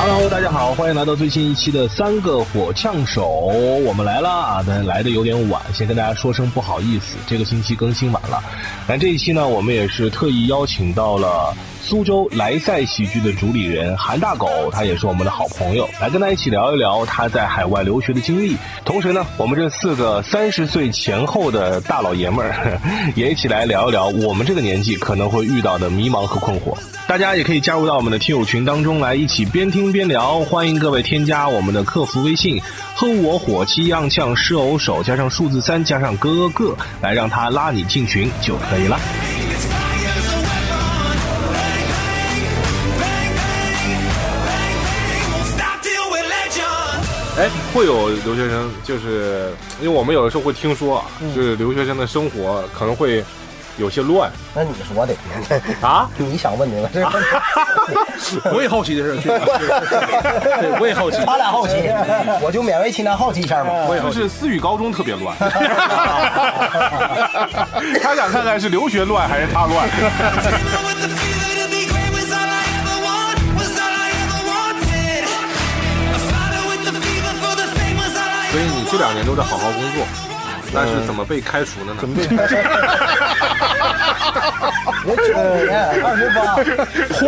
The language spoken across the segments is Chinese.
Hello，大家好，欢迎来到最新一期的三个火枪手，我们来了啊，但来的有点晚，先跟大家说声不好意思，这个星期更新晚了。那这一期呢，我们也是特意邀请到了苏州莱赛喜剧的主理人韩大狗，他也是我们的好朋友，来跟他一起聊一聊他在海外留学的经历。同时呢，我们这四个三十岁前后的大老爷们儿 也一起来聊一聊我们这个年纪可能会遇到的迷茫和困惑。大家也可以加入到我们的听友群当中来，一起边听边聊。欢迎各位添加我们的客服微信“和我火气样呛狮偶手”加上数字三加上哥哥，来让他拉你进群就可以了。哎，会有留学生，就是因为我们有的时候会听说啊，就是留学生的生活可能会有些乱那你说的，啊。你想问这个事我也好奇这事儿，确 实对，我也好奇。他俩好 奇，我就勉为其难好奇一下嘛。就是思雨高中特 别乱，他想看看是留学乱还是他 乱。所以你这两年都在好好工作，但是怎么被开除的呢？ 我九五年，哎二十八，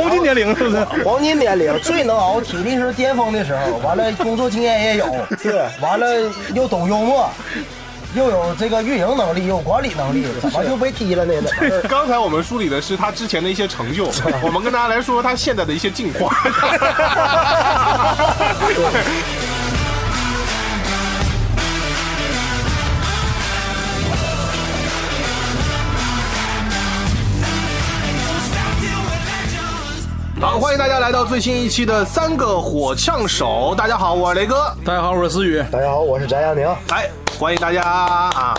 黄金年龄是不是？黄金年龄，最能熬，体力是巅峰的时候。完了，工作经验也有，对，完了又懂幽默，又有这个运营能力，又有管理能力，怎么就被踢了呢？怎么是 刚才我们梳理的是他之前的一些 成就，我们跟大家来说说他现在的一些进化。 好，欢迎大家来到最新一期的三个火枪手。大家好，我是雷哥。大家好，我是思雨。大家好，我是翟亚宁。来，欢迎大家啊！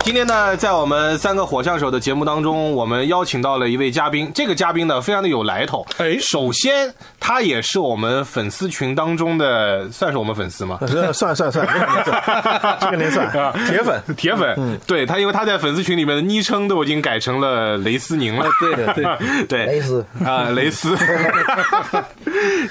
今天呢，在我们三个火枪手的节目当中，我们邀请到了一位嘉宾。这个嘉宾呢，非常的有来头。哎首先，他也是我们粉丝群当中的，算是我们粉丝吗？啊算 算算算，这个您算，铁粉。铁粉，对他，因为他在粉丝群里面的昵称都已经改成了雷斯宁了。对对对对，雷斯啊、雷斯。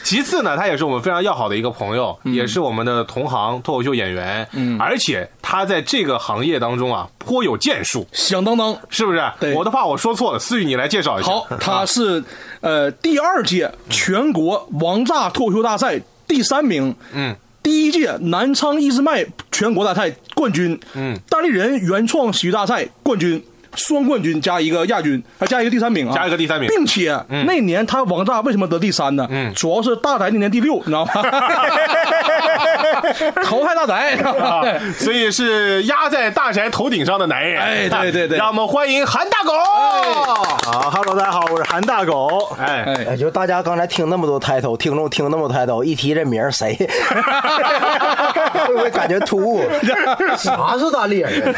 其次呢，他也是我们非常要好的一个朋友，也是我们的同行脱口秀演员，嗯，而且他在这个行业当中啊颇有建树，响当当。是不是？对我都怕我说错了，思雨你来介绍一下。好，他是呃第二届全国王炸脱口秀大赛第三名，嗯，第一届南昌一字麦全国大赛冠军，嗯，单立人原创喜剧大赛冠军。双冠军加一个亚军，还加一个第三名啊，加一个第三名并且、那年他王炸为什么得第三呢？嗯主要是大宅那年第六，你知 道吗？淘汰大宅，啊对，所以是压在大宅头顶上的男人。啊哎对对对让我们欢迎韩大狗。好，Hello，大家好，我是韩大狗。哎哎哎，就大家刚才听那么多 title，听众听那么多 title，一提这名儿谁， 会不会感觉突兀？ 啥是单立人？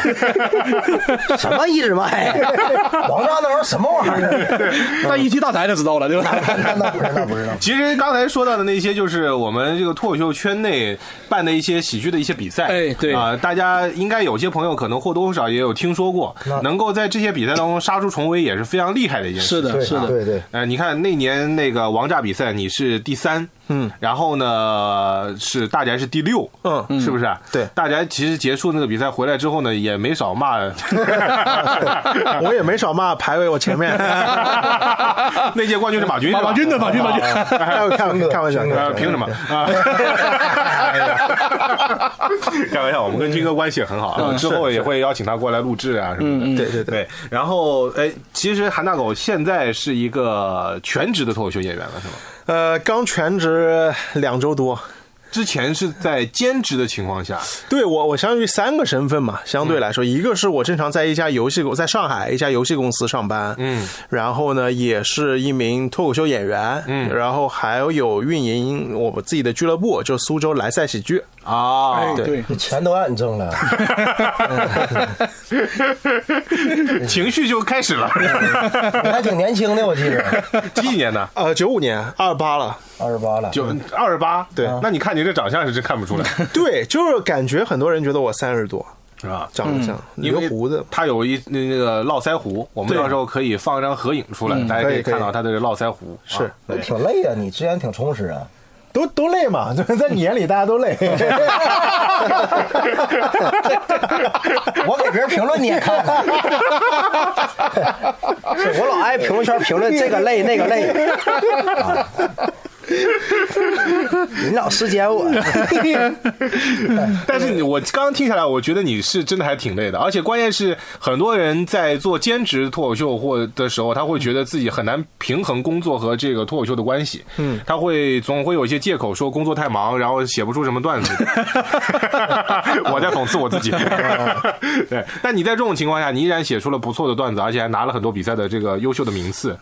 什么一指脉？ 王炸那玩意儿什么玩意儿？但一提大宅就知道了，对 吧？ 那不是，那不是，那不是。其实刚才说到的那些，就是我们这个脱口秀圈内办的一些喜剧的一些比赛。哎对啊、大家应该有些朋友可能或多或少也有听说过，能够在这些比赛当中杀出重围，也是非常厉害的一件事。是的，是的，对对。呃，你看那年那个王炸比赛，你是第三，嗯，然后呢是大宅是第六，嗯，是不是啊？对大宅其实结束那个比赛回来之后呢，也没少骂， 我也没少骂排位我前面， 那届冠军是马军，马是吧哦马军的马军马军， 开玩笑，开玩笑，呃，凭 什么啊？ 开玩笑，我们跟军哥关系也很好，嗯啊，之后也会邀请他过来录制啊什么的。对对对，对，然后哎，其实韩大狗现在是一个全职的脱口秀演员了，是吗？呃，刚全职两周多，之前是在兼职的情况下，对我，我相当于三个身份嘛，相对来说，一个是我正常在一家游戏公，在上海一家游戏公司上班，嗯，然后呢，也是一名脱口秀演员，嗯，然后还有运营我们自己的俱乐部，就苏州莱赛喜剧，啊，哎，对， 钱都让你挣了， 情绪就开始 了。你还挺年轻的，我记着，几几年的？呃，九五年二八了，二十八了。九二十八。对那你看你这长相是真看不出来。对，就是感觉很多人觉得我三十多，是吧？长得像因留为胡子，他有一那那个络腮胡，我们对嗯到时候可以放一张合影出来，大家可可以以可以看到他的这络腮胡。是啊对挺累啊，你之前挺充实啊。都都累嘛， 就是在你眼里大家都累。 我给别人评论你也看看， 是我老爱评论圈评论这个累那个 累，啊你老时间我，但是你我刚刚听下来，我觉得你是真的还挺累的，而且关键是很多人在做兼职脱口秀或的时候，他会觉得自己很难平衡工作和这个脱口秀的关系。嗯，他会总会有一些借口说工作太忙，然后写不出什么段 子。我在讽刺我自己。 对，但你在这种情况下，你依然写出了不错的段子，而且还拿了很多比赛的这个优秀的名次。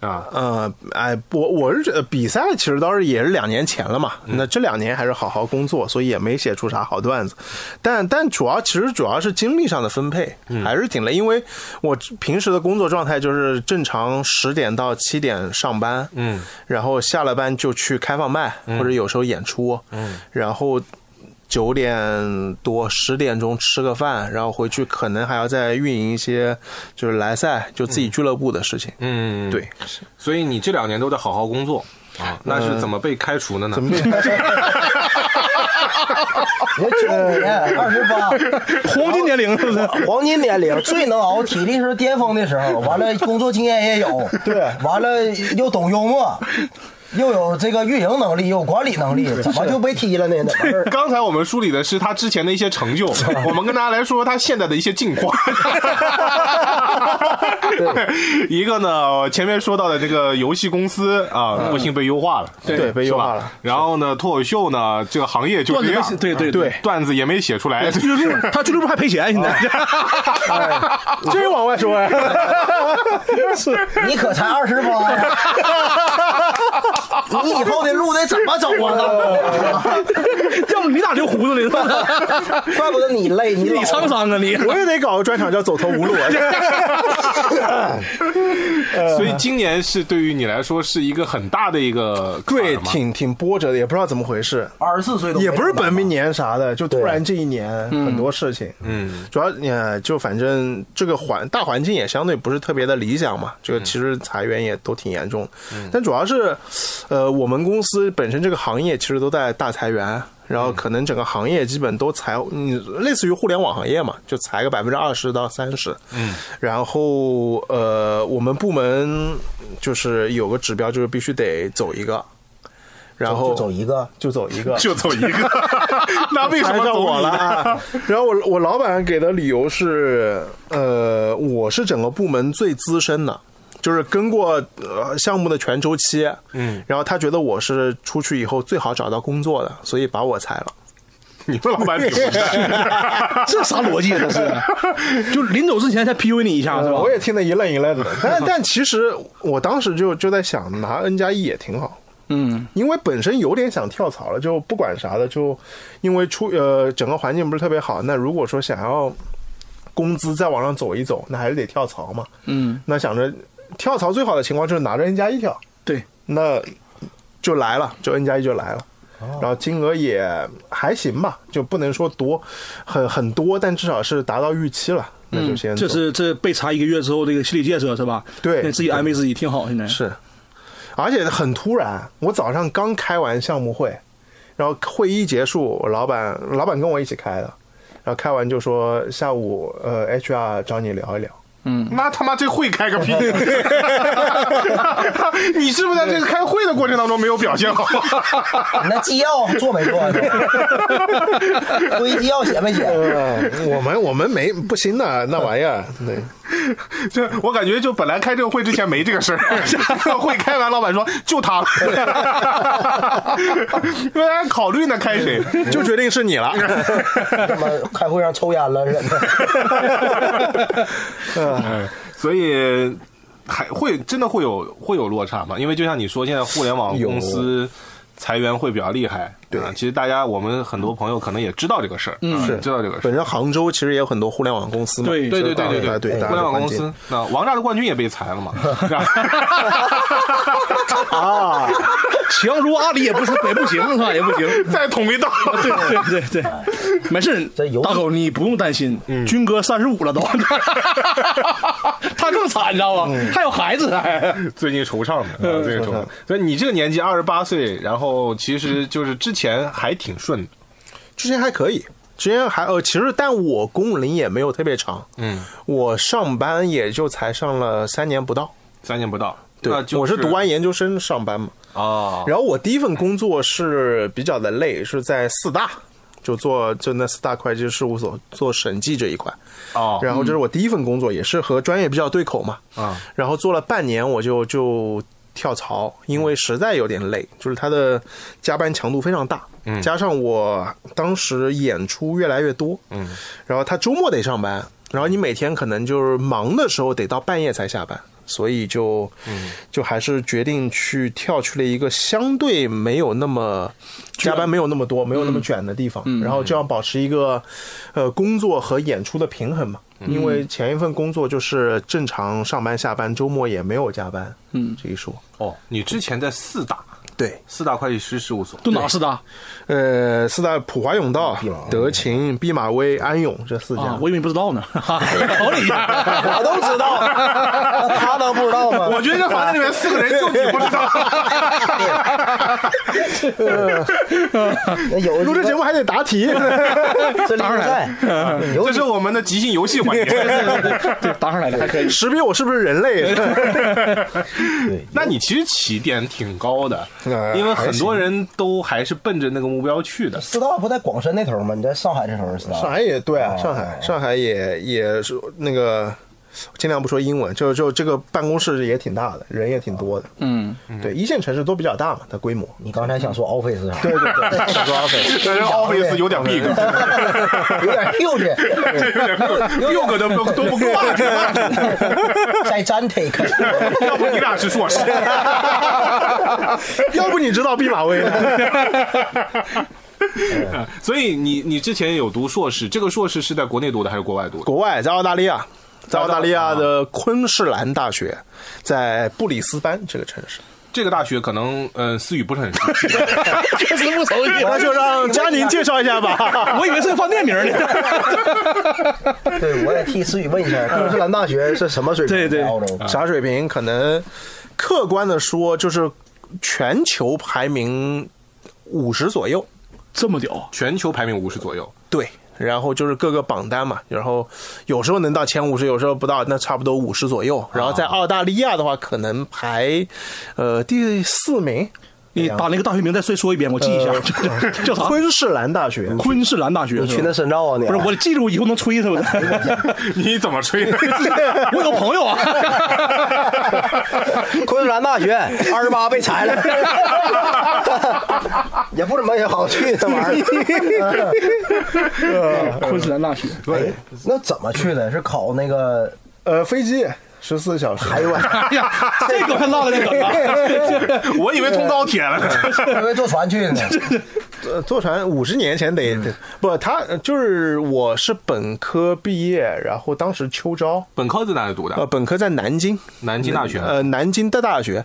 啊，呃，哎，我我是觉得比赛其实倒是也是两年前了嘛，那这两年还是好好工作，所以也没写出啥好段子。但但主要其实主要是精力上的分配，嗯还是挺累，因为我平时的工作状态就是正常十点到七点上班，嗯，然后下了班就去开放麦、或者有时候演出，嗯，然后。九点多十点钟吃个饭，然后回去可能还要再运营一些就是来赛，就自己俱乐部的事情。嗯，对，所以你这两年都在好好工作啊，那是怎么被开除的呢？ 我九五年二十八，黄金年龄 是不是？ 黄金年龄最能熬，体力是巅峰的时候，完了工作经验也 有，对，完了又懂幽默。又有这个运营能力，又有管理能力，怎么就被踢了呢？怎么事儿刚才我们梳理的是他之前的一些成 就，我们跟大家来说说他现在的一些进化。 一个呢，前面说到的这个游戏公司啊，不幸被优化了，嗯对被优化是了啊吧。然后呢，脱口秀呢，这个行业就段这子没样写，对对对段子也没写出来。俱乐部他俱乐部还赔钱，现在 这是往外说呀、你可才二十八呀！ 你以后的路得怎么走 啊？要不你咋留胡子里了？怪不得你累，你 你老沧桑啊你！ 我也得搞个专场叫“走投 无路”啊。呃所以今年是对于你来说是一个很大的一个坎对儿，嘛挺挺波折的，也不知道怎么回事，二十四岁都没也不是本命年啥的，就突然这一年很多事情。嗯，主要呃，就反正这个环大环境也相对不是特别的理想嘛，嗯这个其实裁员也都挺严重。但主要是，呃，我们公司本身这个行业其实都在大裁员。然嗯后可能整个行业基本都裁，嗯，类似于互联网行业嘛，就裁个百分之二十到三十。嗯，然后呃，我们部门就是有个指标，就是必须得走一个，然后就走一个，就走一个，就走一个，那为什缠么上走我你了呢？啊？ 然后我我老板给的理由是，呃，我是整个部门最资深的。就是跟过呃项目的全周期，嗯，然后他觉得我是出去以后最好找到工作的，所以把我裁了。你们老板挺无奈这啥逻辑啊？这是，就临走之前先 PUA 你一啊下是吧？我也听得一愣一愣的，但但其实我当时就就在想，拿 N 加一也挺好，嗯，因为本身有点想跳槽了，就不管啥的，就因为出呃整个环境不是特别好，那如果说想要工资再往上走一走，那还是得跳槽嘛。嗯，那想着跳槽最好的情况就是拿着 N 加一跳，对，那就来了，就 N 加一就来了。然后金额也还行吧，就不能说多，很很多，但至少是达到预期了，那就先嗯走、这是这被查一个月之后这个心理建设是吧？对那自己安慰自己挺好，现在是，而且很突然。我早上刚开完项目会，然后会议结束，我老板老板跟我一起开的，然后开完就说下午呃 HR 找你聊一 聊。那他妈这会开 个屁！你是不是在这个开会的过程当中没有表现 好？ 你那纪要做没做？会议纪要写没写？我们我们没不行的那玩意儿，对，这我感觉就本来开这个会之前没这个事儿， 会开完老板说就他了， 因为还考虑呢开谁。就决定是你了。他妈开会上抽烟了似 的。哎 所以还会真的会有会有落差吗？因为就像你说，现在互联网公司裁员会比较厉害，对啊，其实大家我们很多朋友可能也知道这个事儿，嗯是知道这个事本儿。身杭州其实也有很多互联网公司嘛，对对对对对对对互对联网公大家司的，那王炸的冠军也被裁了 嘛？是吧啊，强如阿里也不是也不行，是吧？也不行。再捅一刀，对对对对，没 事这，有大狗你不用担心，军哥三十五了都，他更惨，你知道吗？还有孩子，哎最近惆怅的，啊，最近惆怅。所以你这个年纪二十八岁，然后其实就是之前还挺顺的，之前还可以，之前还呃，其实但我工龄也没有特别长，嗯，我上班也就才上了三年不到。三年不到。对那，就我是是读完研究生上班嘛，哦，然后我第一份工作是比较的累，是在四大，就做就那四大会计事务所做审计这一块。哦，然后这是我第一份工作，也是和专业比较对口嘛。啊，然后做了半年，我就就跳槽，因嗯为实在有点累，就是它的加班强度非常大，嗯加上我当时演出越来越多，嗯，然后他周末得上班，然后你每天可能就是忙的时候得到半夜才下班。所以就，就还是决定去跳去了一个相对没有那么加班没有那么多、没有那么卷的地方，然后就要保持一个，呃，工作和演出的平衡嘛。因为前一份工作就是正常上班下班，周末也没有加班，嗯，这一说。哦，你之前在四大对，四大会计师事务所，都哪是的啊？呃，四大普华永道、德勤、毕马威、安永这四家，啊我以为你不知 道呢，考你一下。我都知道，他能不知道吗？我觉得这房间里面四个人就你不知道。那有录这 节目还得答题，这例赛，有嗯这是我们的即兴游戏环节。 对，答上来了，还可以。识别我是不是人类？ 那你其实起点挺高的，呃因为很多人都还是奔着那个目标去的。四大不在广深那头吗？你在上海这头是四大？上海也对啊，上海上海也也是那个，尽量不说英文，就就这个办公室也挺大的，人也挺多的，嗯，对，一线城市都比较大嘛，它规 模。你刚才想说 office 啥？对对 对，想说 office，但是 office 有点 big，有点幼稚，有 点 big，六个都不都不够啊！ 再粘 take。要不你俩是硕 士？要不你知道毕马威呢？ 所以你你之前有读硕士，这个硕士是在国内读的还是国外读的？ 国外，在澳大利亚，在澳大利亚的昆士兰大学，在布里斯班这个城市。这个大学可能呃思雨不是很熟悉，确实不熟悉，那就让佳宁介绍一 下吧。我以为是个饭店名 呢。对，我也替思雨问一下，昆士兰大学是什么水平？对对啊在澳洲啥水平？可能客观的说，就是全球排名五十左右。这么屌，全球排名五十左右。对，然后就是各个榜单嘛，然后有时候能到前五十，有时候不到，那差不多五十左右。然后在澳大利亚的话，可能排呃第四名，你把那个大学名再说说一遍，我记一下， 叫啥？啊昆士兰大学。呃昆士兰大学。你去那深造啊你？不是，我记住以后能吹 是不是？ 你怎么吹的？我有个朋友 啊， 昆士兰大学二十八被裁了，也不怎么也好去这玩意儿。 昆士兰大学。哎，那怎么去的？是考那个？呃，飞机十四小时。哎呦我，哎呀，这梗还落在这梗了。 我以为通高铁了。因为坐船去的呢。呃，坐船五十年前得、得不，他呃就是我是本科毕业，然后当时秋招，本科在哪里读呃，的？本科在南京，南京大学。呃，南京的大学，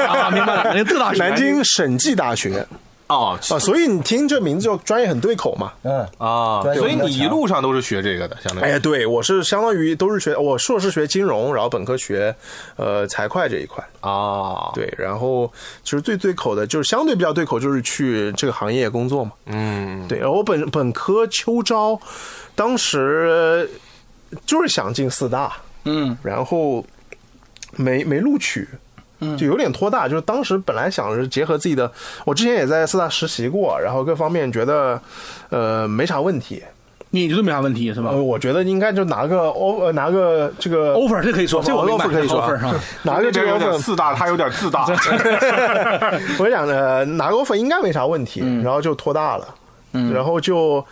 啊，明白了，南京大学， 南京审计大学哦啊，所以你听这名字就专业很对口嘛。嗯，啊，专业所以比较你一强路上都是学这个的，相当于。哎，对我是相当于都是学我硕士学金融，然后本科学呃财会这一块，哦，对，然后其实最对口的就是相对比较对口就是去这个行业工作嘛，嗯，对，然后我本本科秋招，当时就是想进四大，嗯，然后没没录取，嗯就有点拖大。就是当时本来想着结合自己的，我之前也在四大实习过，然后各方面觉得呃没啥问题，你觉得没啥问题是吧呃，我觉得应该就拿个 o 呃拿个这个？offer 这可以说，这我明白 offer 可以说啊 offer 上， 拿个这这个有点 offer 自大，他有点自大。 我想着拿个 offer 应该没啥问题，然后就拖大了。然后就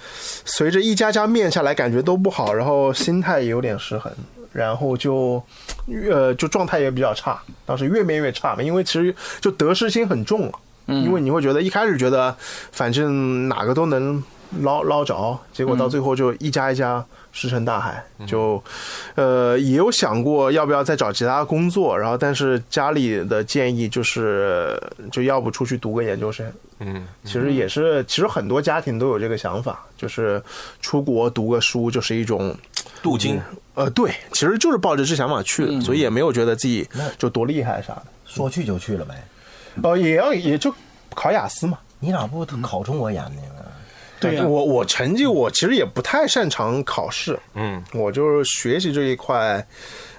随着一家家面下来，感觉都不好，然后心态也有点失衡，然后就，呃，就状态也比较差，当时越面越差嘛，因为其实就得失心很重了。因为你会觉得一开始觉得反正哪个都能捞捞着，结果到最后就一家一家石沉大海。就呃也有想过要不要再找其他工作，然后但是家里的建议就是就要不出去读个研究生。嗯，其实也是，其实很多家庭都有这个想法，就是出国读个书就是一种镀金。呃，对，其实就是抱着这想法去的，所以也没有觉得自己就多厉害啥的。说去就去了呗。哦，也要也就考雅思嘛。你咋不考中国研呢？对、我我成绩我其实也不太擅长考试，嗯，我就是学习这一块，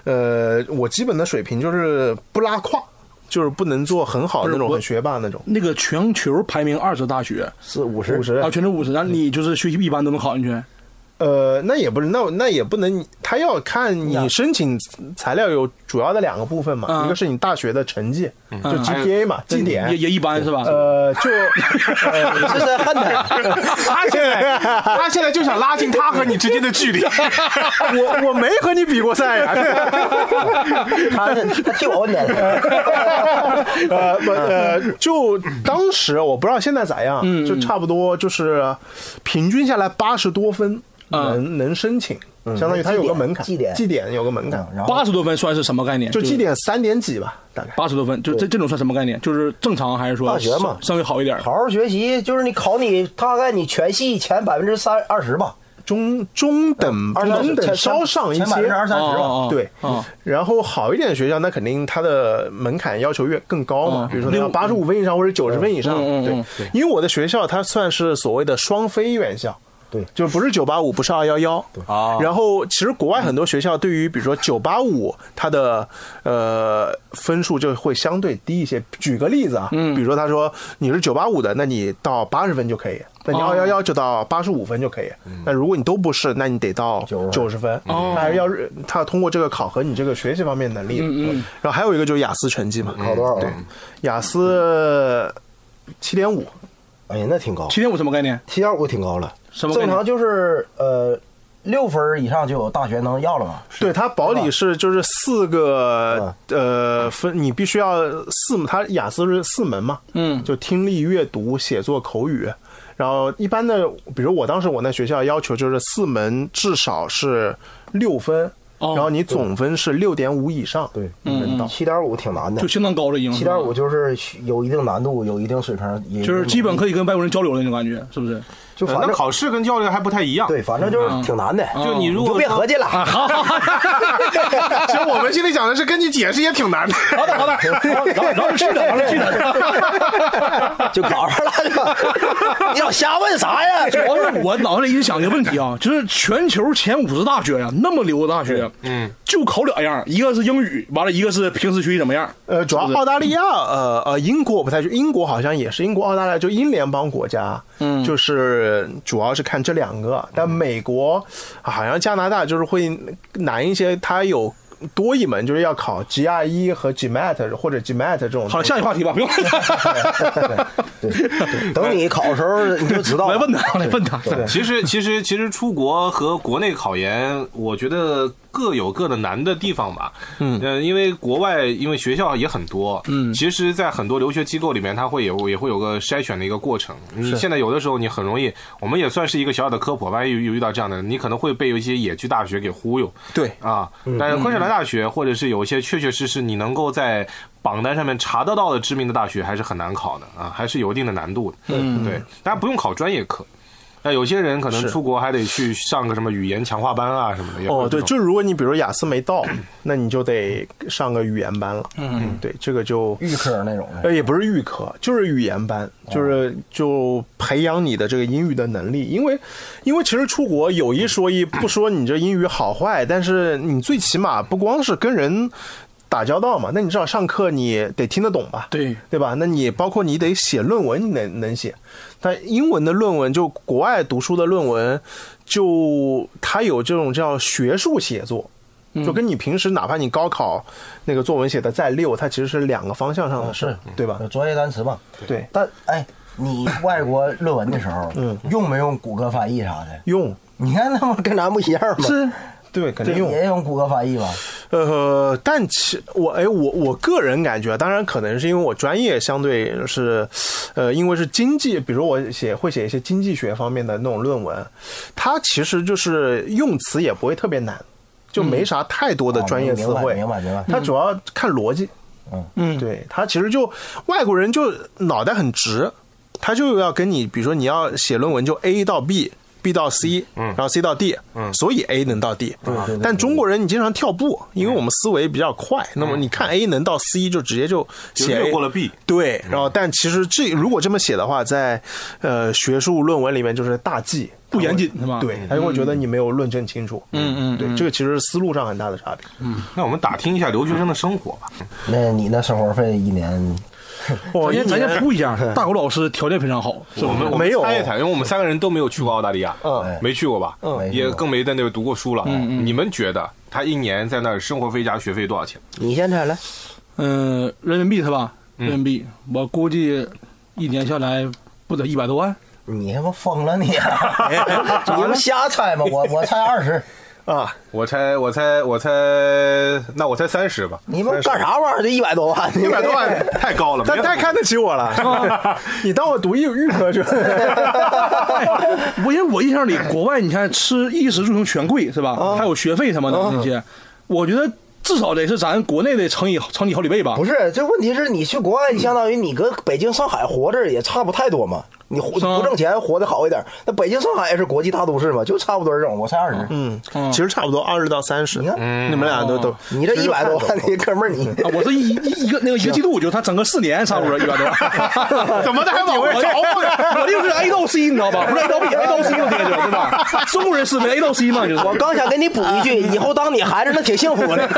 呃，我基本的水平就是不拉胯，就是不能做很好的那种我很学霸那种。那个全球排名二十大学是五十五十啊，全球五十，然后你就是学习一般都能考进去。呃，那也不是，那那也不能，他要看呀你申请材料有主要的两个部分嘛，嗯啊一个是你大学的成绩，就嗯 GPA 嘛，绩也点。也一般是吧？呃， 就呃这是恨 的。他现在他现在就想拉近他和你之间的距离。 我我没和你比过赛呀、他是他替我问的。 呃不呃，就当时我不知道现在咋样，就差不多就是平均下来八十多分能能申请，相当于它有个门嗯槛，绩点嗯绩点有个门槛，然后八十多分算是什么概念？就绩点三点几吧，大概。八十多分，就这这种算什么概念？就是正常还是说大学嘛稍稍微好一点？好好学习，就是你考你大概你全系前百分之三二十吧，中中等嗯二三十中等稍上一前百分之些。二三十吧。哦对哦，然后好一点的学校，那肯定它的门槛要求越更高嘛，比如说它要八十五分以上或者九十分以上。嗯嗯嗯对嗯，因为我的学校它算是所谓的双非院校，对就不是九八五，不是二幺幺。对啊然后其实国外很多学校对于比如说九八五，它的呃分数就会相对低一些。举个例子啊，比如说他说你是九八五的，那你到八十分就可以。那你哦二幺幺就到八十五分就可以，那如果你都不是，那你得到90九十分，他还是要他通过这个考核你这个学习方面能力。然后还有一个就是雅思成绩嘛，考多少啊？对，雅思七点五，哎呀，那挺高，七点五什么概念？七点五挺高了。什么概正念常就是呃六分儿以上就有大学能要了嘛。对它保底是就是四个呃分，你必须要四，它雅思是四门嘛，嗯就听力、阅读、写作、口语。然后一般的，比如我当时我那学校要求就是四门至少是六分，哦然后你总分是六点五以上，对，能到。嗯七点五挺难的嗯就，相当高了，已经七是吧点五就是需有一定难度，有一定水平，也就是基本可以跟外国人交流的那种感觉，是不是？就反那正考试跟交流还不太一样。对，反正嗯就是挺难的。就你如你就果别合计了，啊其实我们心里想的是，跟你解释也挺难的。好 的好的，然后去的，然后去的。就搞上了就。你老瞎问啥呀？主要 是我脑子里一直想一个问题啊，就是全球前五十大学呀、那么牛的大学，嗯，就考两样，一个是英语，完了一个是平时学习怎么样。呃，主要澳大利亚，呃呃，英国我不太去，英国好像也是英国、澳大利亚就英联邦国家，嗯，就是主要是看这两个，但美国好像加拿大就是会难一些，它有多一门就是要考 GRE 和 GMAT 或者 GMAT 这种。好，下一话题吧，不用了。等你考的时候你就知道啊我来了。问他，我来问他。其实，其实，其实出国和国内考研，我觉得各有各的难的地方吧。嗯，呃，因为国外因为学校也很多，嗯，其实，在很多留学机构里面，它会有也会有个筛选的一个过程。你现在有的时候你很容易，我们也算是一个小小的科普，万一有有遇到这样的，你可能会被有一些野区大学给忽悠。对啊，但是昆士兰大学或者是有一些确确实实你能够在榜单上面查得到的知名的大学，还是很难考的啊，还是有一定的难度的。嗯，对，大家不用考专业课。那有些人可能出国还得去上个什么语言强化班啊什么的。也会哦，有这对，种就如果你比如雅思没到，那你就得上个语言班了。嗯，对，这个就预科那种呃，的，也不是预科，就是语言班，就是就培养你的这个英语的能力。因为，因为其实出国有一说一，不说你这英语好坏，但是你最起码不光是跟人打交道嘛，那你至少上课你得听得懂吧？对对吧？那你包括你得写论文，你能能写。但英文的论文，就国外读书的论文，就它有这种叫学术写作，就跟你平时哪怕你高考那个作文写的再溜，它其实是两个方向上的事，对吧？专业单词嘛。对，但哎，你外国论 文的时候，用没用谷歌翻译啥的？用你看那不跟咱不一样吗？是，对，肯定用也用谷歌翻译吧？呃，但其我哎，我我个人感觉，当然可能是因为我专业相对是，呃，因为是经济，比如我写会写一些经济学方面的那种论文，它其实就是用词也不会特别难，就没啥太多的专业词汇，哦嗯明白明白明白它主要看逻辑，嗯，对，它其实就外国人就脑袋很直，他就要跟你，比如说你要写论文，就 A 到 B。B 到 C，嗯，然后 C 到 D，嗯，所以 A 能到 D，对但中国人你经常跳步，因为我们思维比较快，那么你看 A 能到 C 就直接就写就 A 略过了 B 对，然后但其实这如果这么写的话，在呃学术论文里面就是大忌，不严谨是吧？对，他就会觉得你没有论证清楚，嗯嗯，对，这个其实是思路上很大的差别。那我们打听一下留学生的生活吧。那你那生活费一年我咱先咱先铺一下，大狗老师条件非常好，是我吧？们我们没有猜一猜，因为我们三个人都没有去过澳大利亚，嗯没去过吧，没去也过更没在那边读过书了。你们觉得他一年在那儿生活费加学费多少钱？你先猜来，嗯，人民币是吧？人民币，我估计一年下来不得一百多 万。你他妈疯了 你！你们瞎猜吗？我我猜二十，啊，我猜，我猜，我猜，那我猜三十吧。你们干啥玩意儿？这一百多万，一一百多万太高了，但没太看得起我了， 你当我读预预科去 了？哎我因为我印象里，国外你看吃衣食住行全贵是吧？还有学费什么的那些，我觉得至少得是咱国内的乘以乘以好几倍 吧。不是，这问题是你去国外，相当于你搁北京、上海活着也差不太多嘛。你活是啊不挣钱，活得好一点。那北京、上海是国际大都市嘛，就差不多这种。我才二十，嗯，其实差不多二十到三十，看你们俩都都，你这一百多万，你哥们 儿你啊，我这一一一个那个一个季度，我觉得他整个四年差不多一百多万。 怎么的还往我回找我呢？我就是 A 到 C，你知道吧？不是 A 到 B，A 到 C 嘛，这个就是对吧？中国人思维 A 到 C 嘛，就是。我刚想给你补一 句，以后当你孩子那挺幸福哎的。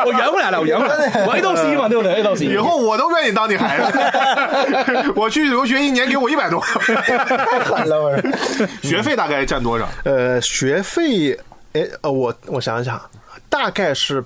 我圆回来了，我圆回来了，我 A 到 C 嘛，对不对？A 到 C。以后我都愿意当你孩子。我去留学一年，给我一百多， 太狠了，我说。学费大概占多少？呃，学费，哎，呃，我我想一想，大概是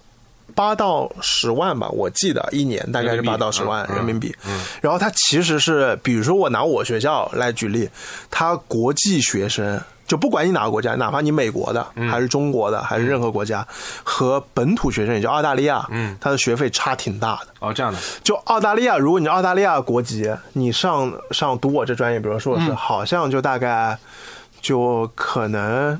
八到十万吧，我记得一年大概是八到十万人民嗯币。然后它其实是，比如说我拿我学校来举例，它国际学生。就不管你哪个国家，哪怕你美国的，还是中国的，还是任何国家，和本土学生，也就澳大利亚，嗯，它的学费差挺大的。哦，这样的，就澳大利亚，如果你是澳大利亚国籍，你上上读我这专业，比如说硕士，好像就大概就可能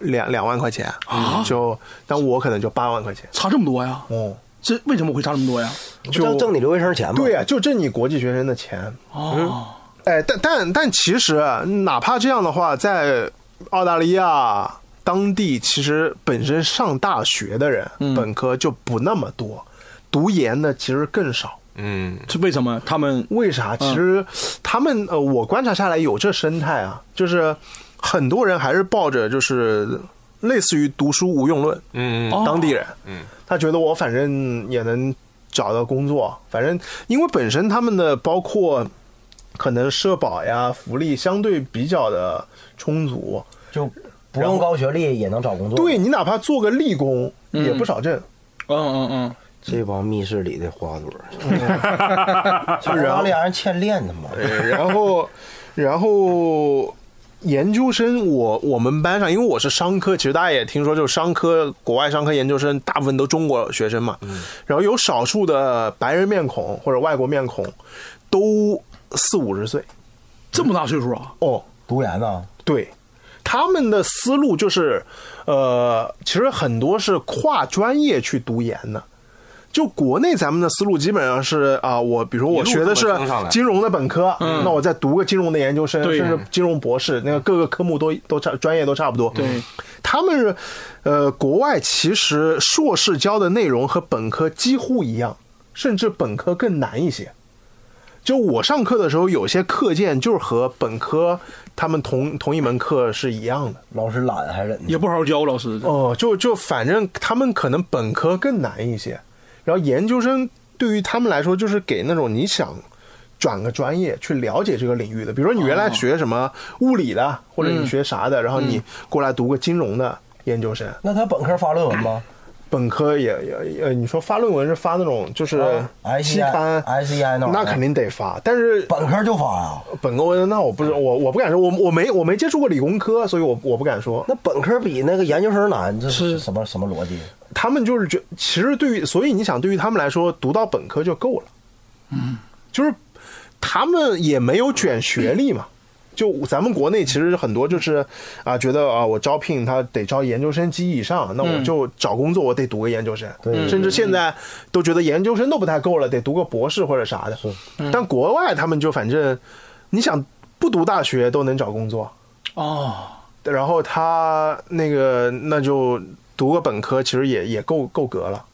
两两万块钱嗯就但我可能就八万块钱。差这么多呀？哦，这为什么会差这么多呀？就挣挣你留学生钱嘛。对呀、啊就挣你国际学生的钱。哦，哎，但但但其实哪怕这样的话，在澳大利亚当地，其实本身上大学的人，本科就不那么多，读研的其实更少。嗯，这为什么他们为啥？其实他们呃，我观察下来有这生态啊，就是很多人还是抱着就是类似于读书无用论，嗯，哦当地人，嗯，他觉得我反正也能找到工作，反正因为本身他们的包括可能社保呀、福利相对比较的充足，就不用高学历也能找工作。对，你哪怕做个立工也不少挣，嗯嗯嗯，这帮密室里的花朵，就澳大利亚人欠练的嘛。对然后，然后研究生我我们班上，因为我是商科，其实大家也听说，就是商科国外商科研究生大部分都中国学生嘛，嗯然后有少数的白人面孔或者外国面孔，都四五十岁这么大岁数啊？哦，读研呢？对。他们的思路就是，呃，其实很多是跨专业去读研的。就国内咱们的思路基本上是啊、我比如说我学的一路是这么升上来嗯金融的本科，那我再读个金融的研究生，对甚至金融博士，那个各个科目都都差专业都差不多。对，他们是呃，国外其实硕士教的内容和本科几乎一样，甚至本科更难一些。就我上课的时候，有些课件就是和本科他们同同一门课是一样的。老师懒还是怎也的？不好好教老师。哦，就就反正他们可能本科更难一些，然后研究生对于他们来说就是给那种你想转个专业去了解这个领域的，比如说你原哦来学什么物理的，嗯或者你学啥的，然后你过来读个金融的研究生，那他本科发论文吗？本科也也也呃，你说发论文是发那种就是嗯期刊 SEI SEI 那种那肯定得发，但是本科就发啊？本科文那我不知我我不敢说，我我没我没接触过理工科，所以我我不敢说。 那本科比那个研究生难，这是什么什么逻辑？他们就是觉，其实对于，所以你想，对于他们来说，读到本科就够了。嗯，就是他们也没有卷学历嘛。就咱们国内其实很多就是啊，觉得啊，我招聘他得招研究生及以上，那我就找工作我得读个研究生，甚至现在都觉得研究生都不太够了，得读个博士或者啥的。但国外他们就反正你想不读大学都能找工作，哦，然后他那个那就读个本科，其实也也够够格了，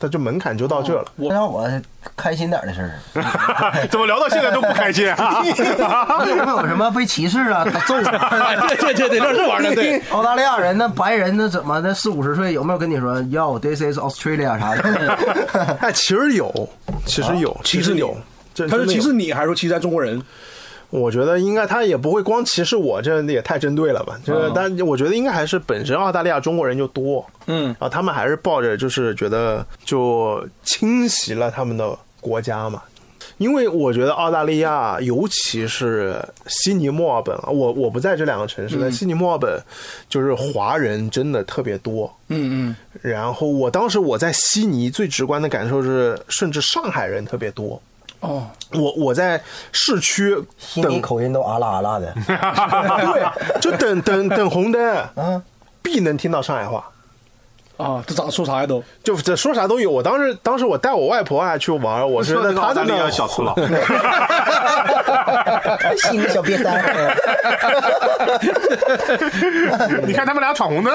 他就门槛就到这了。我让我开心点的事儿。啊怎么聊到现在都不开心 啊？你有没有什么被歧视 啊、揍啊？哎 对对对 对，这这玩意儿对，澳大利亚人那白人那怎么的四五十岁有没有跟你说 “Yo, this is Australia” 啥的？哎，其实有，其实有，歧啊其视实你有。这他是歧，视真的你还是说歧视咱中国人？有我觉得应该他也不会光歧视我，这也太针对了吧？就是，但我觉得应该还是本身澳大利亚中国人就多，嗯然后他们还是抱着就是觉得就侵袭了他们的国家嘛。因为我觉得澳大利亚，尤其是悉尼、墨尔本，啊我我不在这两个城市，嗯但悉尼、墨尔本就是华人真的特别多。嗯嗯，然后我当时我在悉尼最直观的感受是，甚至上海人特别多。哦，我我在 市区悉尼等口音都啊啦啊啦 的，对，就等等等 红灯，嗯，必能听到上海话。啊，这咋说啥呀都？就这说啥都有。我当时当时我带我外婆啊去玩，我觉得她在在那那个小粗 佬，悉尼小瘪 三。你看他们俩闯红灯，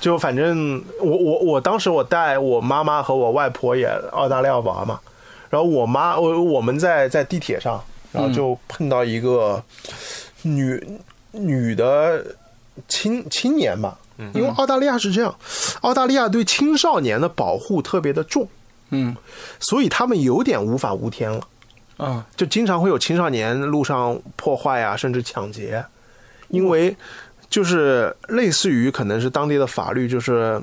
就反正我我我当时我带我妈妈和我外婆也澳大利亚玩嘛，然后我妈我我们在在地铁上，然后就碰到一个女、女的青青年吧，嗯因为澳大利亚是这样，澳大利亚对青少年的保护特别的重，嗯所以他们有点无法无天了。啊，就经常会有青少年路上破坏啊，甚至抢劫，因为就是类似于可能是当地的法律就是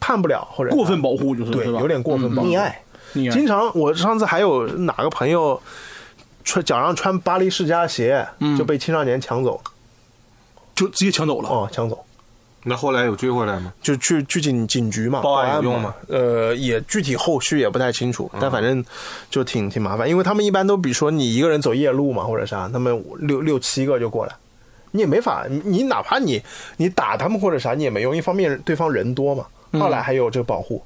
判不了或者过分保护就是对，是吧嗯有点过分保护溺爱，你啊看经常我上次还有哪个朋友穿脚上穿巴黎世家鞋嗯就被青少年抢走，就直接抢走了。哦，抢走。 那后来有追回来吗？就去去警警局嘛，报报案有案用嘛吗？嗯呃，也具体后续也不太清楚，但反正就挺挺麻烦，因为他们一般都比如说你一个人走夜路嘛，或者啥，他们五六六七个就过来，你也没法，你你哪怕你你打他们或者啥，你也没用，一方面对方人多嘛，嗯后来还有这个保护，